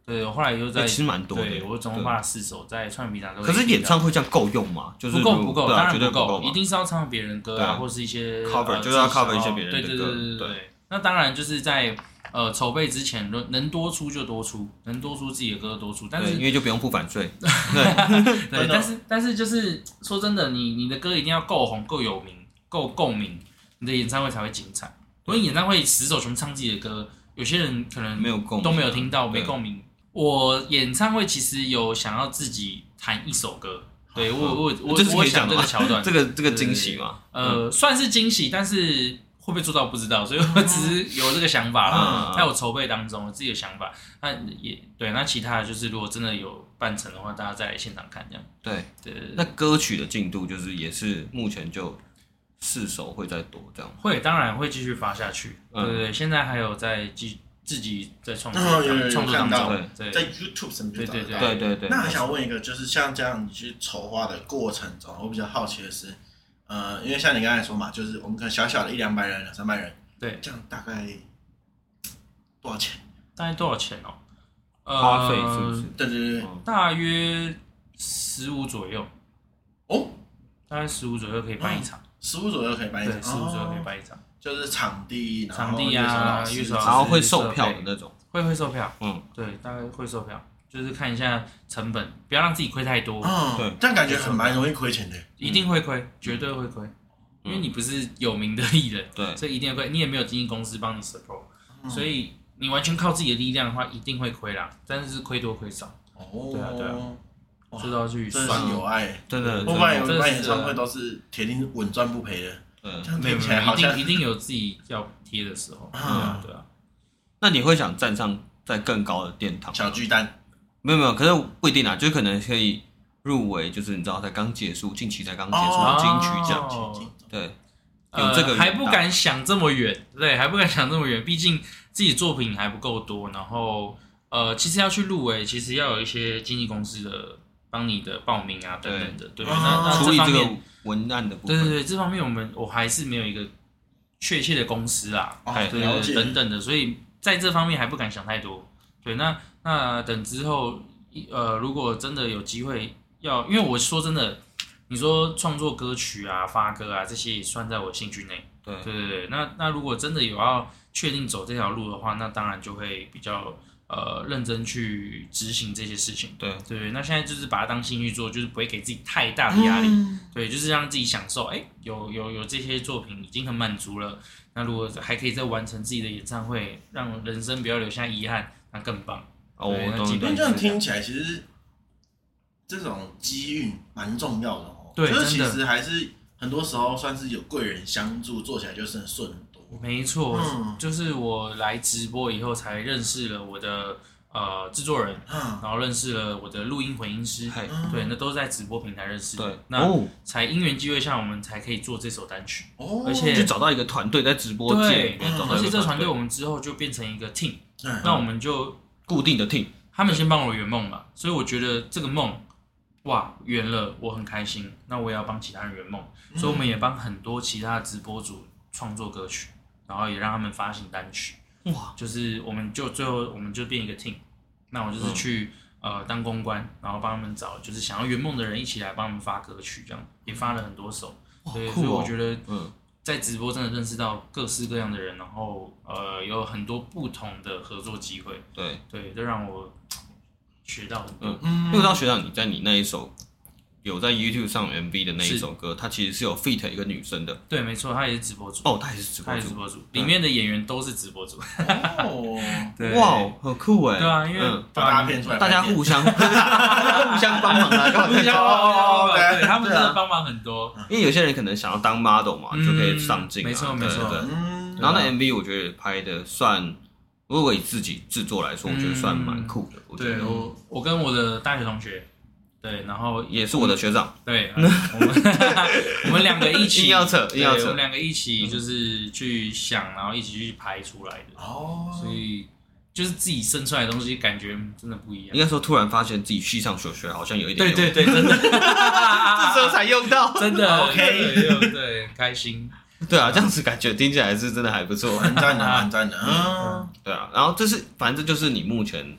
对，我后来又在、哎其实蛮多的对我总共发了四首，在串流平台都可以可是听演到唱会这样够用吗？就是不够如不够，对啊当绝然对够，嘛一定是要唱别人歌对啊啊，或是一些 Cover，呃就是要自己想 cover 一些别人的对对歌对对对对对。那当然就是在呃筹备之前，能能多出就多出，能多出自己的歌就多出，但对，是因为就不用付版税。对，但是但是就是说真的，你你的歌一定要够红、够有名、够共鸣，你的演唱会才会精彩。因为演唱会十首全部唱自己的歌，有些人可能没有共鸣啊都没有听到，对没共鸣。我演唱会其实有想要自己弹一首歌，对我我我哦这是我可以想讲这的个吗桥段，这个这嗯个惊喜嘛，呃，算是惊喜，但是会不会做到不知道，所以我只是有这个想法啦嗯，在我筹备当中，我自己的想法。那也对，那其他的就是如果真的有办成的话，大家再来现场看这样。对。对对对那歌曲的进度就是也是目前就市首会再多这样吗？会，当然会继续发下去。嗯对对对，现在还有在继自己在创作嗯有有有当创作看当到中，对在 YouTube 上面就找得到对对对对，那我没错想问一个，就是像这样你去筹划的过程中，我比较好奇的是，呃，因为像你刚才说嘛，就是我们可能小小的一两百人、两三百人，对，这样大概多少钱？大概多少钱哦？呃花费是不是？对对对对，嗯大约十五左右，哦，大概十五左右可以办一场，十五左右可以办一对，场，十五左右可以哦，办一场，就是场地，然后场地乐手啊老师乐手之老然师后会售票的那种，会会售票，嗯，对，大概会售票，就是看一下成本，不要让自己亏太多，嗯，对这样感觉很蛮容易亏钱的。一定会亏，绝对会亏，因为你不是有名的艺人，嗯对所以一定会亏，你也没有经纪公司帮你 support，嗯所以你完全靠自己的力量的话，一定会亏啦，但是亏多亏少，哦，对啊对啊哇这都要去真的算是。哦有爱。真的，真我本来的有真的办是啊演唱会都是铁定稳赚不赔的，嗯这。样没有听起没来有，好一像定一定有自己要贴的时候，对啊对啊，那你会想站上在更高的殿堂吗？小巨蛋。没有没有，可是不一定啊，就是可能可以入围，就是你知道才刚结束，近期才刚结束哦的金曲奖，哦对，有呃，这个还远不大敢想这么远，对，还不敢想这么远，毕竟自己作品还不够多。然后，呃，其实要去入围，其实要有一些经纪公司的帮你的报名啊，等等的，对。哦那那处理方这个面，文案的部对分，对对，这方面我们我还是没有一个确切的公司啊，哦哎对了对解对等等的，所以在这方面还不敢想太多。对，那那等之后，一呃，如果真的有机会要，因为我说真的，你说创作歌曲啊、发歌啊这些也算在我兴趣内。对对对对，那那如果真的有要确定走这条路的话，那当然就会比较呃认真去执行这些事情。对对对，那现在就是把它当兴趣做，就是不会给自己太 大的压力。对，就是让自己享受。哎，有有有这些作品已经很满足了。那如果还可以再完成自己的演唱会，让人生不要留下遗憾，那更棒。哦，我对那懂基你的因为本意这样思。听起来，其实这种机遇蛮重要的哦。对就是其真的实还是很多时候算是有贵人相助，做起来就是很顺很多。没错，嗯就是我来直播以后才认识了我的呃制作人，嗯，然后认识了我的录音混音师。嗨嗯对，那都是在直播平台认识的。对，那哦，才因缘机会下，我们才可以做这首单曲。哦，而且就找到一个团队在直播界对里面嗯找，到而一且个这团队我队们之后就变成一个 team，嗯那我们就固定的 team，他们先帮我圆梦嘛，所以我觉得这个梦，哇，圆了，我很开心。那我也要帮其他人圆梦，嗯所以我们也帮很多其他的直播主创作歌曲，然后也让他们发行单曲。哇，就是我们就最后我们就变一个 team，那我就是去、呃当公关，然后帮他们找就是想要圆梦的人一起来帮他们发歌曲，这样也发了很多首。对，酷所以我哦觉得嗯，在直播真的认识到各式各样的人，然后呃有很多不同的合作机会。对，对，这让我学到很多。嗯嗯六道学长，你在你那一首有在 YouTube 上 MV 的那一首歌，它其实是有 feat 一个女生的，对，没错，他也是直播主，哦，她也是直他播也是直主，播主，里面的演员都是直播主。哦，对哇，哦，很酷哎，对啊，因为嗯把大家 大家骗出来，大家互 相互相帮忙 啊，干嘛互相哦帮忙对 对他们真对啊的帮忙很多，因为有些人可能想要当 model 嘛，嗯就可以上镜啊、没错对没错对嗯，然后那 MV 我觉得拍的算，如果以自己制作来说，我觉得算蛮酷的。我觉对得我，我跟我的大学同学，对，然后也是我的学长， 对，呃我们我们两个一起硬要扯对硬要我扯嗯们，两个一起就是去想，然后一起去拍出来的，哦所，以就是自己生出来的东西，感觉真的不一样应。该说突然发现自己系上所学好像有一点对用， 对对，真的，这时候才用到。真的 OK 对对对，很开心。 对啊，这样子感觉听起来是真的还不错。蛮赞 的，蛮赞的，嗯，对啊，然后这是反正这就是你目前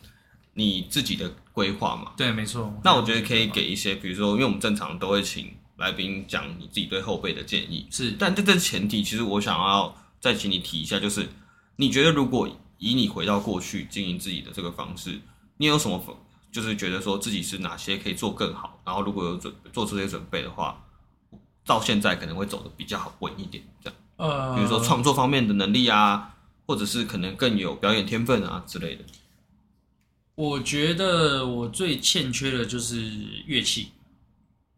你自己的规划嘛。对，没错。那我觉得可以给一些，比如说，因为我们正常都会请来宾讲你自己对后辈的建议。是但在这前提，其实我想要再请你提一下，就是你觉得如果以你回到过去经营自己的这个方式，你有什么方就是觉得说自己是哪些可以做更好，然后如果有准做出这些准备的话，到现在可能会走的比较好稳一点，这样，呃，比如说创作方面的能力啊，或者是可能更有表演天分啊之类的。我觉得我最欠缺的就是乐器，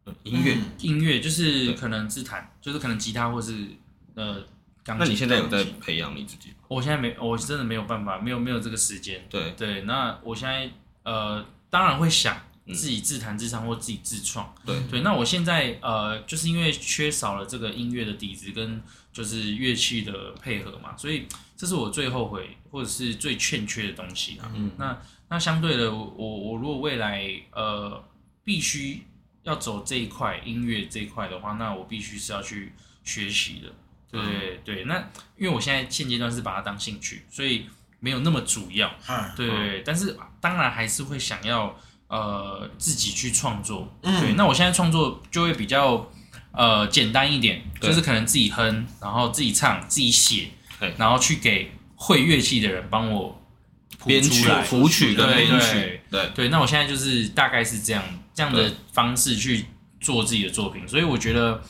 嗯音乐，嗯音乐就是对可能自弹，就是可能吉他或是呃钢琴。那你现在嗯有在钢琴培养你自己吗？我现在没，我真的没有办法，没有没有这个时间。对，嗯对，那我现在呃，当然会想，自己自弹自唱或自己自创。对对，那我现在呃，就是因为缺少了这个音乐的底子跟就是乐器的配合嘛，所以这是我最后悔或者是最欠缺的东西啊。嗯，那那相对的，我我我如果未来呃必须要走这一块音乐这一块的话，那我必须是要去学习的。对、嗯对，那因为我现在现阶段是把它当兴趣，所以没有那么主要。哈，对，嗯但是当然还是会想要呃自己去创作。嗯对，嗯那我现在创作就会比较呃简单一点，对就是可能自己哼，然后自己唱，自己写对，然后去给会乐器的人帮我谱编曲出来。谱曲跟对编对曲，对，对，那我现在就是大概是这样这样的对方式去做自己的作品，所以我觉得，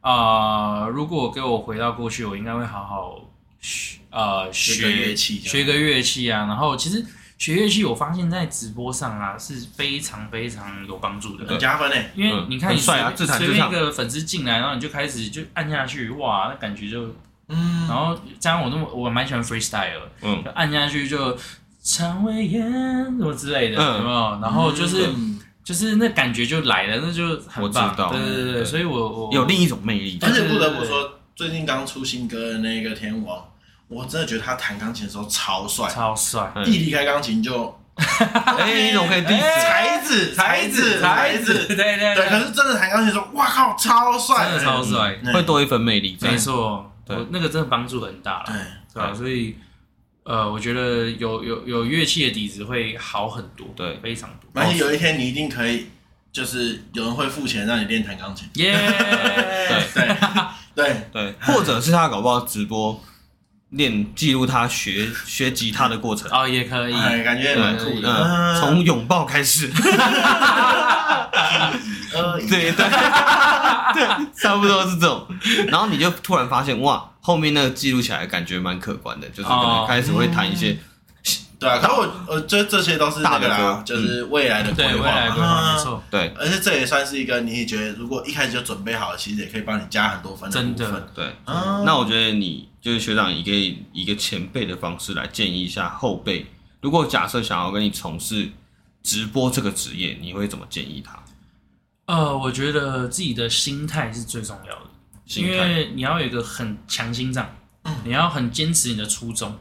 啊，如果给我回到过去，我应该会好好学呃学个乐器这样学个乐器啊。然后其实学乐器，我发现在直播上啊是非常非常有帮助很的。加分欸诶。因为你看，嗯你很帅啊自随弹随自便唱一个粉丝进来，然后你就开始就按下去，哇，那感觉就，嗯然后加上我那么我蛮喜欢 freestyle 的，嗯就按下去就肠胃炎什么之类的，嗯有没有？然后就是、嗯就是那感觉就来了，那就很我棒。知道对对对，对所以我我有另一种魅力。而且不得不说，最近刚出新歌的那个天王，我真的觉得他弹钢琴的时候超帅，超帅，嗯 一离开钢琴就，哎，你怎么可以 diss？ 才 子才子才子，对对对对，可真是真的弹钢琴说，哇靠，超帅，的超帅，嗯会多一份魅力，这样没错，对我那个真的帮助很大对了，，对吧？对所以呃，我觉得有有有乐器的底子会好很多，对非常多。哦而且有一天你一定可以，就是有人会付钱让你练弹钢琴，耶，对 对对，对，或者是他搞不好直播练记录他学学吉他的过程，哦也可以，哎，感觉蛮酷的，嗯，嗯从拥抱开 始，呃对对 对，差不多是这种。然后你就突然发现，哇，后面那个记录起来感觉蛮可观的，就是可能哦嗯开始会弹一些，对啊，可是我我觉得这些都是那大个的啦歌，就是未来的规对未划来的规划嘛，啊没嗯错，对而且这也算是一个你觉得如果一开始就准备好，其实也可以帮你加很多分的真部的分。对。啊那我觉得你就是学长，也可以以一个前辈的方式来建议一下后辈，如果假设想要跟你从事直播这个职业，你会怎么建议他？呃，我觉得自己的心态是最重要的。心因态嗯为你要有一个很强心脏，你要很坚持你的初衷，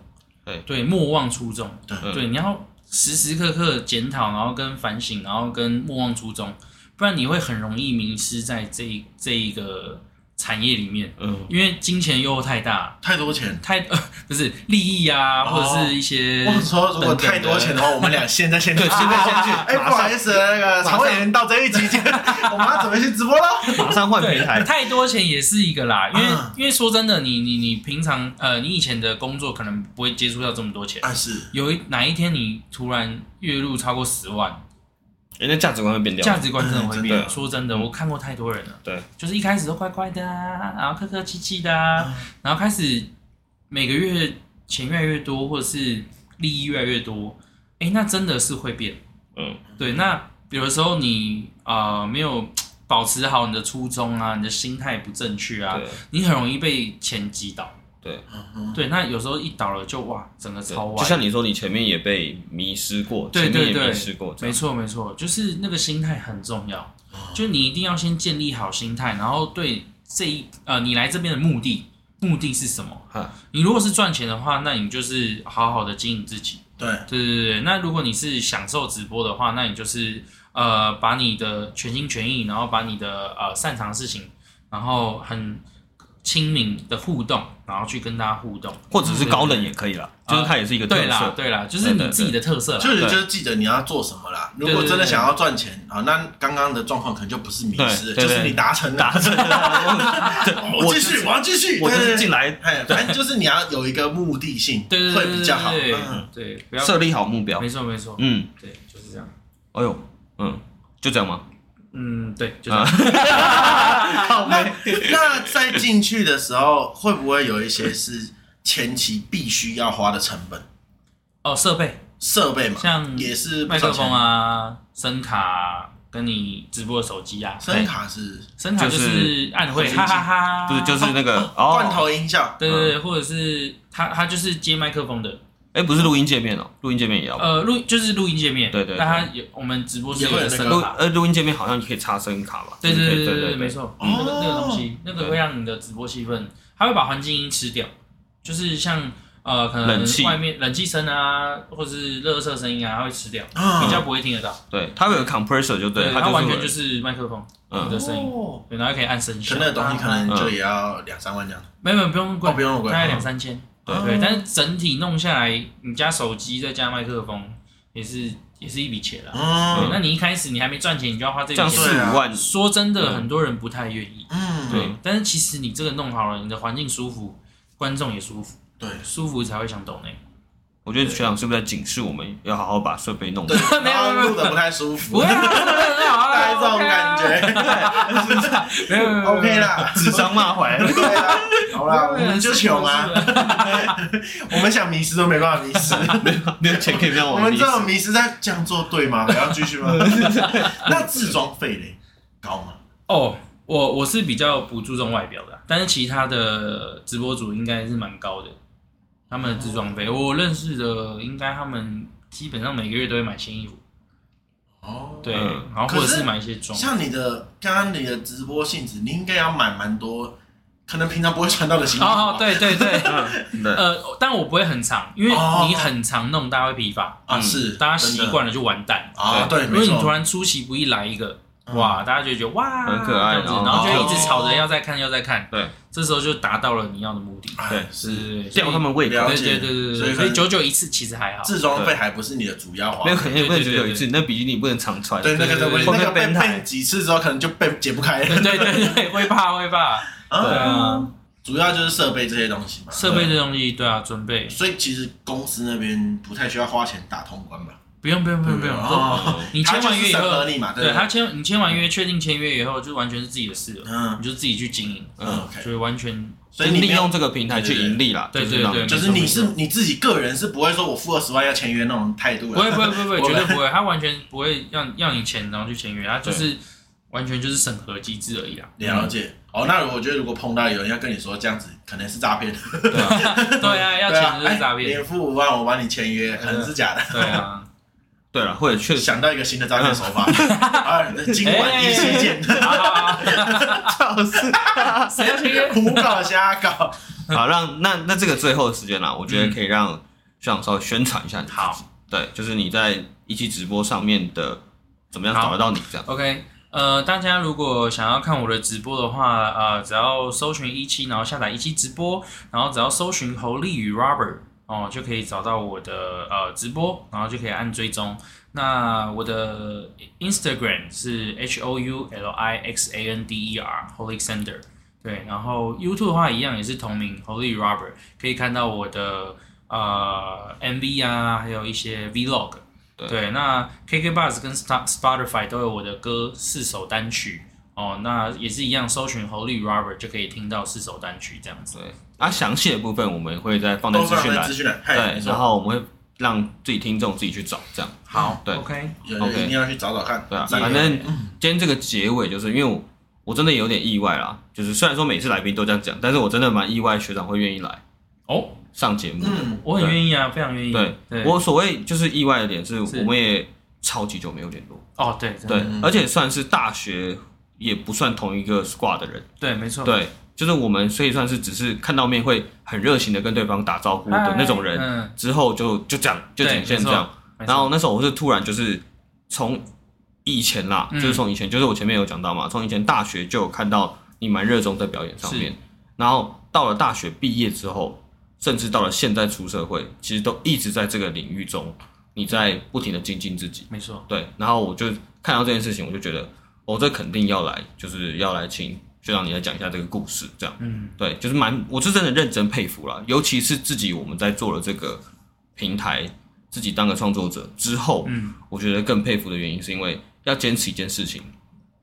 对嗯莫忘初衷，对对，你要时时刻刻检讨，然后跟反省，然后跟莫忘初衷，不然你会很容易迷失在这一这一个产业里面，嗯，因为金钱诱惑太大，太多钱，太、 不是利益啊，哦或者是一些我说如果太多钱的话，我们俩现在先去，对现在先去哎，马上不好意思，那个肠胃炎到这一集见，我们要准备去直播喽。马上换对平 台，太多钱也是一个啦，因为、嗯因为说真的，你你你平常呃，你以前的工作可能不会接触到这么多钱。但是有一哪一天你突然月入超过十万，人家价值观会变掉。价值观真的会真嗯变。的说真的，我看过太多人了，对，就是一开始都乖乖的啊，然后客客气气的嗯啊，然后开始每个月钱越来越多，或者是利益越来越多，哎，那真的是会变。嗯，对，那有的时候你啊没有保持好你的初衷啊，你的心态不正确啊，对你很容易被钱击倒。对对，那有时候一倒了就哇，整个超对，就歪。像你说，你前面也被迷失过，对对前面对也迷失过，这没样哦错，没错，就是那个心态很重要，就你一定要先建立好心态，然后对这一呃，你来这边的目的，目的是什么哈？你如果是赚钱的话，那你就是好好的经营自己。对，对对对对，那如果你是享受直播的话，那你就是呃，把你的全心全意，然后把你的呃擅长的事情，然后很亲民的互动，然后去跟大家互动。或者是高冷也可以啦，啊就是它也是一个特对啦色，，对啦，就是你自己的特色啦。就是就是记得你要做什么啦。如果真的想要赚钱啊，那刚刚的状况可能就不是迷失，对对就是你达成了。打针 的，对哦我继续，我要继续，我就对是进。来对对哎，反正就是你要有一个目的性，对对对会对对比较好。对嗯对，不要设立好目标没，错没错，嗯，对，就是这样。哎呦，嗯，就这样吗？嗯，对，就这样。 好 那那在进去的时候，会不会有一些是前期必须要花的成本？哦，设备，设备嘛，像也是不麦少克钱风，啊、声卡啊、跟你直播的手机啊，声卡是声卡就就是暗会，就是哈哈哈，啊哎不是，就是那个罐哦，头音效，对对对，或者是它它就是接麦克风的，哎，不是录音界面哦，录音界面也要吧。呃，录就是录音界面，对对对那它有我们直播是有也个会有那声个录卡，呃录音界面好像你可以插声卡吧？对就是可对以对对哦没。错，嗯那个那个东西，那个会让你的直播气氛，它会把环境音吃掉，就是像呃可能冷气外面冷气声啊，或是热色声音啊，它会吃掉，啊比较不会听得到。对，它会有 compressor 就嗯对，它就完全会就是麦克风嗯的声音，哦对，然后可以按声可效。能那个东西可啊能就也要两三万这样。没有没有不用嗯贵，哦不用那么贵大概两三千。对哦对，但是整体弄下来，你加手机再加麦克风，也是也是一笔钱了。对，嗯那你一开始你还没赚钱，你就要花这这样笔四钱，对啊五万，说真的，嗯很多人不太愿意。嗯，对，但是其实你这个弄好了，你的环境舒服，观众也舒服，对，舒服才会想抖 内。我觉得学长是不是在警示我们要好好把设备弄好？ 没有然后没有录的不太舒服，不啊要，大大概这种感， 觉没有没有，OK 啦，指桑骂槐， 对啊，好 啦，我们就穷啊，我们想迷失都没办法迷失。没有钱可以让我们这种迷失在这样做对吗？还要继续吗？那自装费嘞，高吗？哦，我我是比较不注重外表的啊，但是其他的直播主应该是蛮高的，他们的自装费，我认识的应该他们基本上每个月都会买新衣服，哦，对，嗯然后或者可是是买一些妆，哦像你的刚刚你的直播性质，你应该要买蛮多，可能平常不会穿到的新衣服吧哦，对对对，嗯对，呃，但我不会很长，因为哦你很长弄，大家会疲乏，啊，嗯是大家真的习惯了就完蛋。啊，对，如没果你突错，然出其不意来一个，嗯哇，大家就觉得哇很可爱这样子然后然后就好一直吵着要再看要再看，对，这时候就达到了你要的目的，哎对是是啊吊他们胃口了。对解对对对所以对，可所能以九九一次其实还好，自装费还不是你的主要花没有，费。可能也不能只有一次，你那比基尼不能常穿。对，那个对会对那对个会被被 ban 台被几次之后，可能就被解不开对了。对对 对，会怕会怕，对啊，啊，主要就是设备这些东西嘛。设备这东西，对啊，准备所以其实公司那边不太需要花钱打通关吧？不用不用不用不用，都哦你签完约以它就是审后核，你嘛，对对不对他签你签完约，确定签约以后，就完全是自己的事了，嗯你就自己去经营，嗯，OK，所以完全所就是以你利没有用这个平台去盈利啦。对就是对让对，就没是错你没是错你自己个人是不会说我付二十万要签约那种态度不会了。不会不会，我绝对不会，他完全不会让要你签，然后去签约，他就是完全就是审核机制而 已啦。 啊了解哦，那我觉得如果碰到有人要跟你说这样子，可能是诈骗，对啊对啊， 要对啊签就是诈哎骗。连付五万我帮你签约，可能是假的。对啊，对了，或者确实 想到一个新的诈骗手法，啊，今晚一起见，好好好就是哎谁要签约？胡搞瞎搞。 好让那那这个最后的时间啦，我觉嗯得可以让学长稍微宣传一下你。好，对，就是你在一期直播上面的怎么样好找得到你这样。 OK，呃，大家如果想要看我的直播的话，呃，只要搜寻一期，然后下载一期直播，然后只要搜寻侯立与 Robert 哦，就可以找到我的呃直播，然后就可以按追踪。那我的 Instagram 是 H O U L I X A N D E R Holyxander，对，然后 YouTube 的话一样也是同名 Holy Robert，可以看到我的呃 MV 啊，还有一些 Vlog。对对，那 KK Bus 跟 Sta- Spotify 都有我的歌四首单曲哦，那也是一样，搜寻 Holy Robert 就可以听到四首单曲这样子。对，啊，详细的部分我们会再放在都资放讯在栏资。讯栏，嗨，对没，错然后我们会让自己听众自己去找这样。好，对，OK，有人 OK 一定要去找找看。对啊，赞反正今天这个结尾就是因为我我真的有点意外啦，就是虽然说每次来宾都这样讲，但是我真的蛮意外学长会愿意来哦，上节目的。嗯，我很愿意啊，非常愿意。对对，我所谓就是意外的点是，是我们也超级久没有联络，哦，对，真的对，嗯而且算是大学也不算同一个 squad 的人，对，没错，对，就是我们所以算是只是看到面会很热情的跟对方打招呼的那种人，嗯，之后就就这样就对仅限没错这样。没错然后那时候我是突然就是从以前啦，嗯就是从以前，就是我前面有讲到嘛，从以前大学就有看到你蛮热衷在表演上面，然后到了大学毕业之后，甚至到了现在出社会，其实都一直在这个领域中，你在不停的精进自己。没错，对，然后我就看到这件事情，我就觉得我、哦、这肯定要来，就是要来请学长你来讲一下这个故事，这样。嗯，对，就是蛮，我是真的认真佩服啦，尤其是自己我们在做了这个平台，自己当个创作者之后，嗯，我觉得更佩服的原因是因为要坚持一件事情，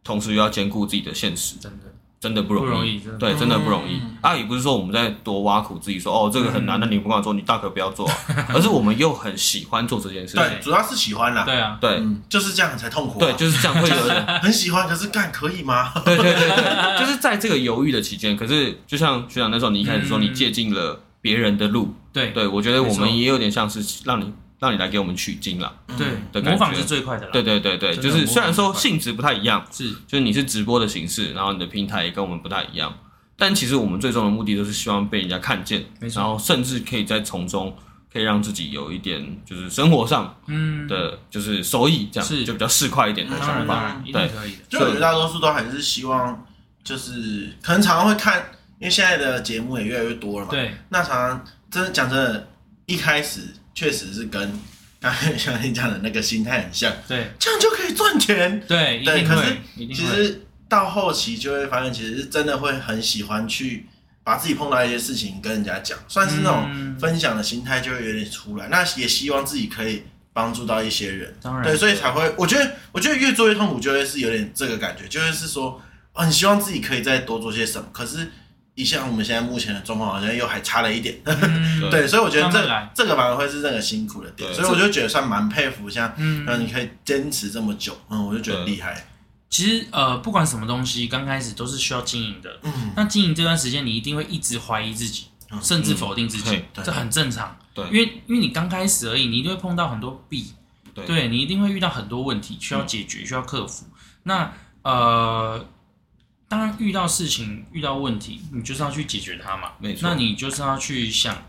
同时又要兼顾自己的现实，真的嗯真的不不容易。容易，真的对，真的不容易嗯。啊，也不是说我们在多挖苦自己说哦这个很嗯难，那你不跟我做，你大可不要做 啊、而是我们又很喜欢做这件事情。对，主要是喜欢啦。对啊，对嗯，就是这样才痛苦。对，，就是这样会有 点很喜欢，可是干可以吗？对对对对，就是在这个犹豫的期间，可是就像学长那时候，你一开始说嗯你借鉴了别人的路。对对，我觉得我没们错也有点像是让你让你来给我们取经啦。的嗯对，感模仿觉是最快的啦。对对对对，真的就是虽然模说仿性质不太一样，是就是你是直播的形式，然后你的平台也跟我们不太一样，但其实我们最终的目的都是希望被人家看见，没错然后甚至可以在从中可以让自己有一点就是生活上嗯，的就是收益，这样是就比较市侩一点的当想然当法。然一定对可以的。就我觉得大多数都还是希望，就是可能常常会看，因为现在的节目也越来越多了嘛。对，那常常真的讲真的，一开始确实是跟 刚才像你讲的那个心态很像，对这样就可以赚钱。对，一对定可会是，一定其会。实到后期就会发现，其实是真的会很喜欢去把自己碰到一些事情跟人家讲，算是那种嗯分享的心态就会有点出来。那也希望自己可以帮助到一些人，当然对，所以才会，我觉得，我觉得越做越痛苦，就会是有点这个感觉，就是说，哦，你希望自己可以再多做些什么，可是。你像我们现在目前的状况，好像又还差了一点，嗯对，所以我觉得慢慢来这这个反而会是这个辛苦的点，对所以我就觉得算蛮佩服，像嗯，嗯，你可以坚持这么久，嗯，我就觉得对厉害，其实呃，不管什么东西，刚开始都是需要经营的。嗯，那经营这段时间，你一定会一直怀疑自己，嗯甚至否定自己嗯，对这很正常。对因为因为你刚开始而已，你一定会碰到很多弊，对你一定会遇到很多问题嗯需要解决、需要克服。那呃，当然遇到事情、遇到问题，你就是要去解决它嘛。没错那你就是要去想，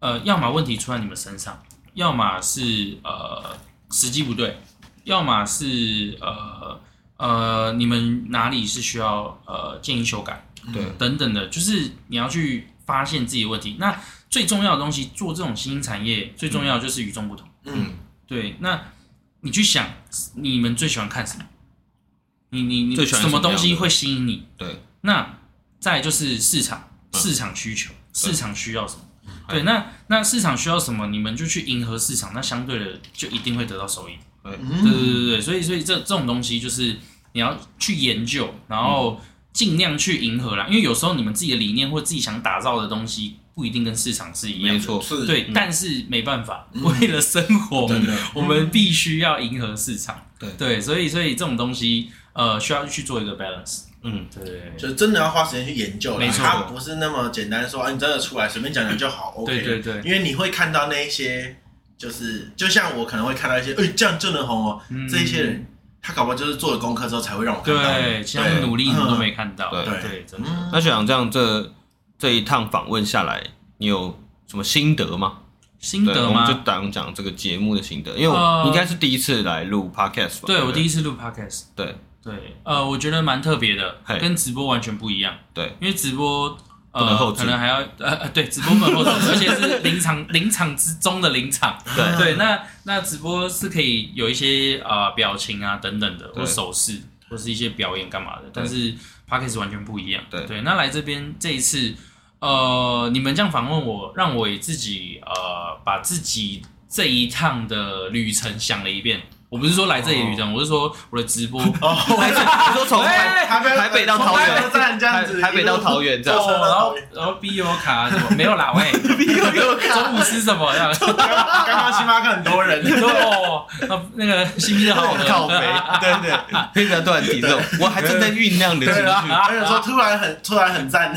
呃，要么问题出在你们身上，要么是呃时机不对，要么是呃呃你们哪里是需要呃建议修改。对等等的，就是你要去发现自己的问题。那最重要的东西，做这种新兴产业最重要的就是与众不同。嗯，对，那你去想，你们最喜欢看什么？你你你最喜欢什么什么样东的西会吸引你？对，那再就是市场，嗯市场需求，市场需要什么？对，那那市场需要什么，你们就去迎合市场，那相对的就一定会得到收益。嗯对对对对，所以所以这这种东西就是你要去研究，然后尽量去迎合啦，因为有时候你们自己的理念或自己想打造的东西不一定跟市场是一样没的。错，嗯是对，但是没办法，为了生活，真的我们必须要迎合市场。对对，所以所以这种东西，呃，需要去做一个 balance。嗯，对对对就是真的要花时间去研究啦，没错它不是那么简单说啊，你真的出来随便讲讲就好，OK，对对对因为你会看到那一些，就是就像我可能会看到一些，哎、这样就能红哦，嗯这一些人他搞不好就是做了功课之后才会让我看到，嗯对，其他的努力你们都没看到。对嗯对，真的。那想这样这这一趟访问下来，你有什么心得吗？心对，得我们就吗？讲讲这个节目的心得，因为我、呃你应该是第一次来录 podcast 吧？对我第一一次录 podcast，对对，呃，我觉得蛮特别的嘿，跟直播完全不一样。对，因为直播不能呃，后置可能还要 呃呃对，直播不能后置，而且是临场临场之中的临场。对对，那那直播是可以有一些呃表情啊等等的，对或手势，或是一些表演干嘛的，但是 p o d c a s 完全不一样。对对，那来这边这一次，呃，你们这样访问我，让我也自己呃把自己这一趟的旅程想了一遍。我不是说来这里的旅哦程，我是说我的直播。哦，你说从台哎台北台北到桃从台园北站这样子台台北到桃园这 样，哦，然后然后 B U 卡什么没有啦，喂 ，B U 卡中午吃什么这样？刚刚刚星巴克很多人， 哦，那那个新的好 的靠北对对，非常突然提这种，我还正在酝酿的情对啊绪。啊而且说突然很突然很赞，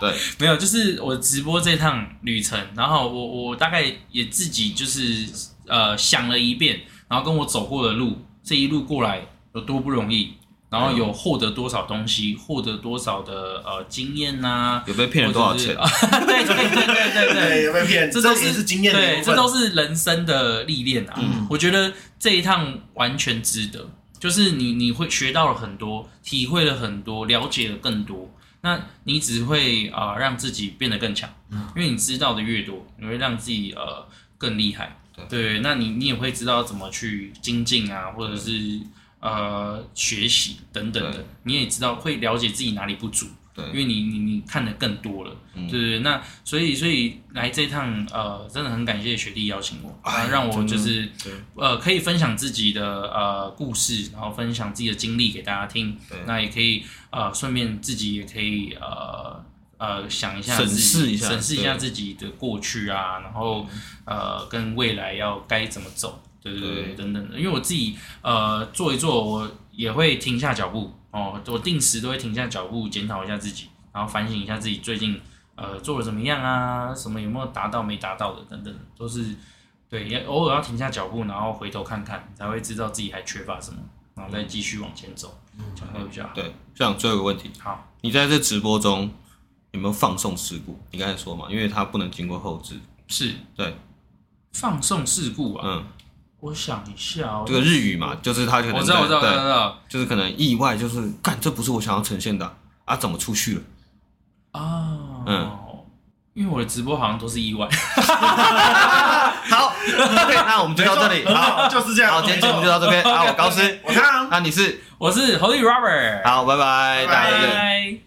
对，没有，就是我直播这趟旅程，然后我我大概也自己就是呃想了一遍，然后跟我走过的路，这一路过来有多不容易，然后有获得多少东西，获得多少的呃经验呐、有被骗了多少钱？或者是？ 对对对对对对对，，有被骗，这都 也是是经验的一对，部这分都是人生的历练啊。嗯我觉得这一趟完全值得，就是你你会学到了很多，体会了很多，了解了更多。那你只会啊、呃让自己变得更强，嗯因为你知道的越多，你会让自己呃更厉害。对，那你你也会知道怎么去精进啊，或者是呃学习等等对的，你也知道会了解自己哪里不足，对嗯因为你你你看的更多了，对对对。那所以所以来这趟呃，真的很感谢学弟邀请我，哎然后让我就是呃可以分享自己的呃故事，然后分享自己的经历给大家听对，那也可以呃顺便自己也可以呃。呃，想一下审自己视一下审视一对下自己的过去啊，然后呃，跟未来要该怎么走，对对对，对等等的。因为我自己呃做一做，我也会停下脚步哦，我定时都会停下脚步，检讨一下自己，然后反省一下自己最近呃做的怎么样啊，什么有没有达到没达到的等等，都是对，也偶尔要停下脚步，然后回头看看，才会知道自己还缺乏什么，然嗯后再继续往前走，这样会比较好。对，像最后一个问题，好，你在这直播中有没有放送事故？你刚才说嘛，因为它不能经过后置。是对，放送事故啊，嗯，我想一下哦，这个日语嘛，就是它可能我知道，在我知道，我知道，我对知，道就是可能意外，就是干这不是我想要呈现的啊，啊怎么出去了？啊，嗯，因为我的直播好像都是意外， 好，对那我们就到这 里，没错好，就是这样。好，今天节目就到这边啊，我高斯，我看啊。那你是我是 Holy Robert，好，拜拜，大家再见。拜。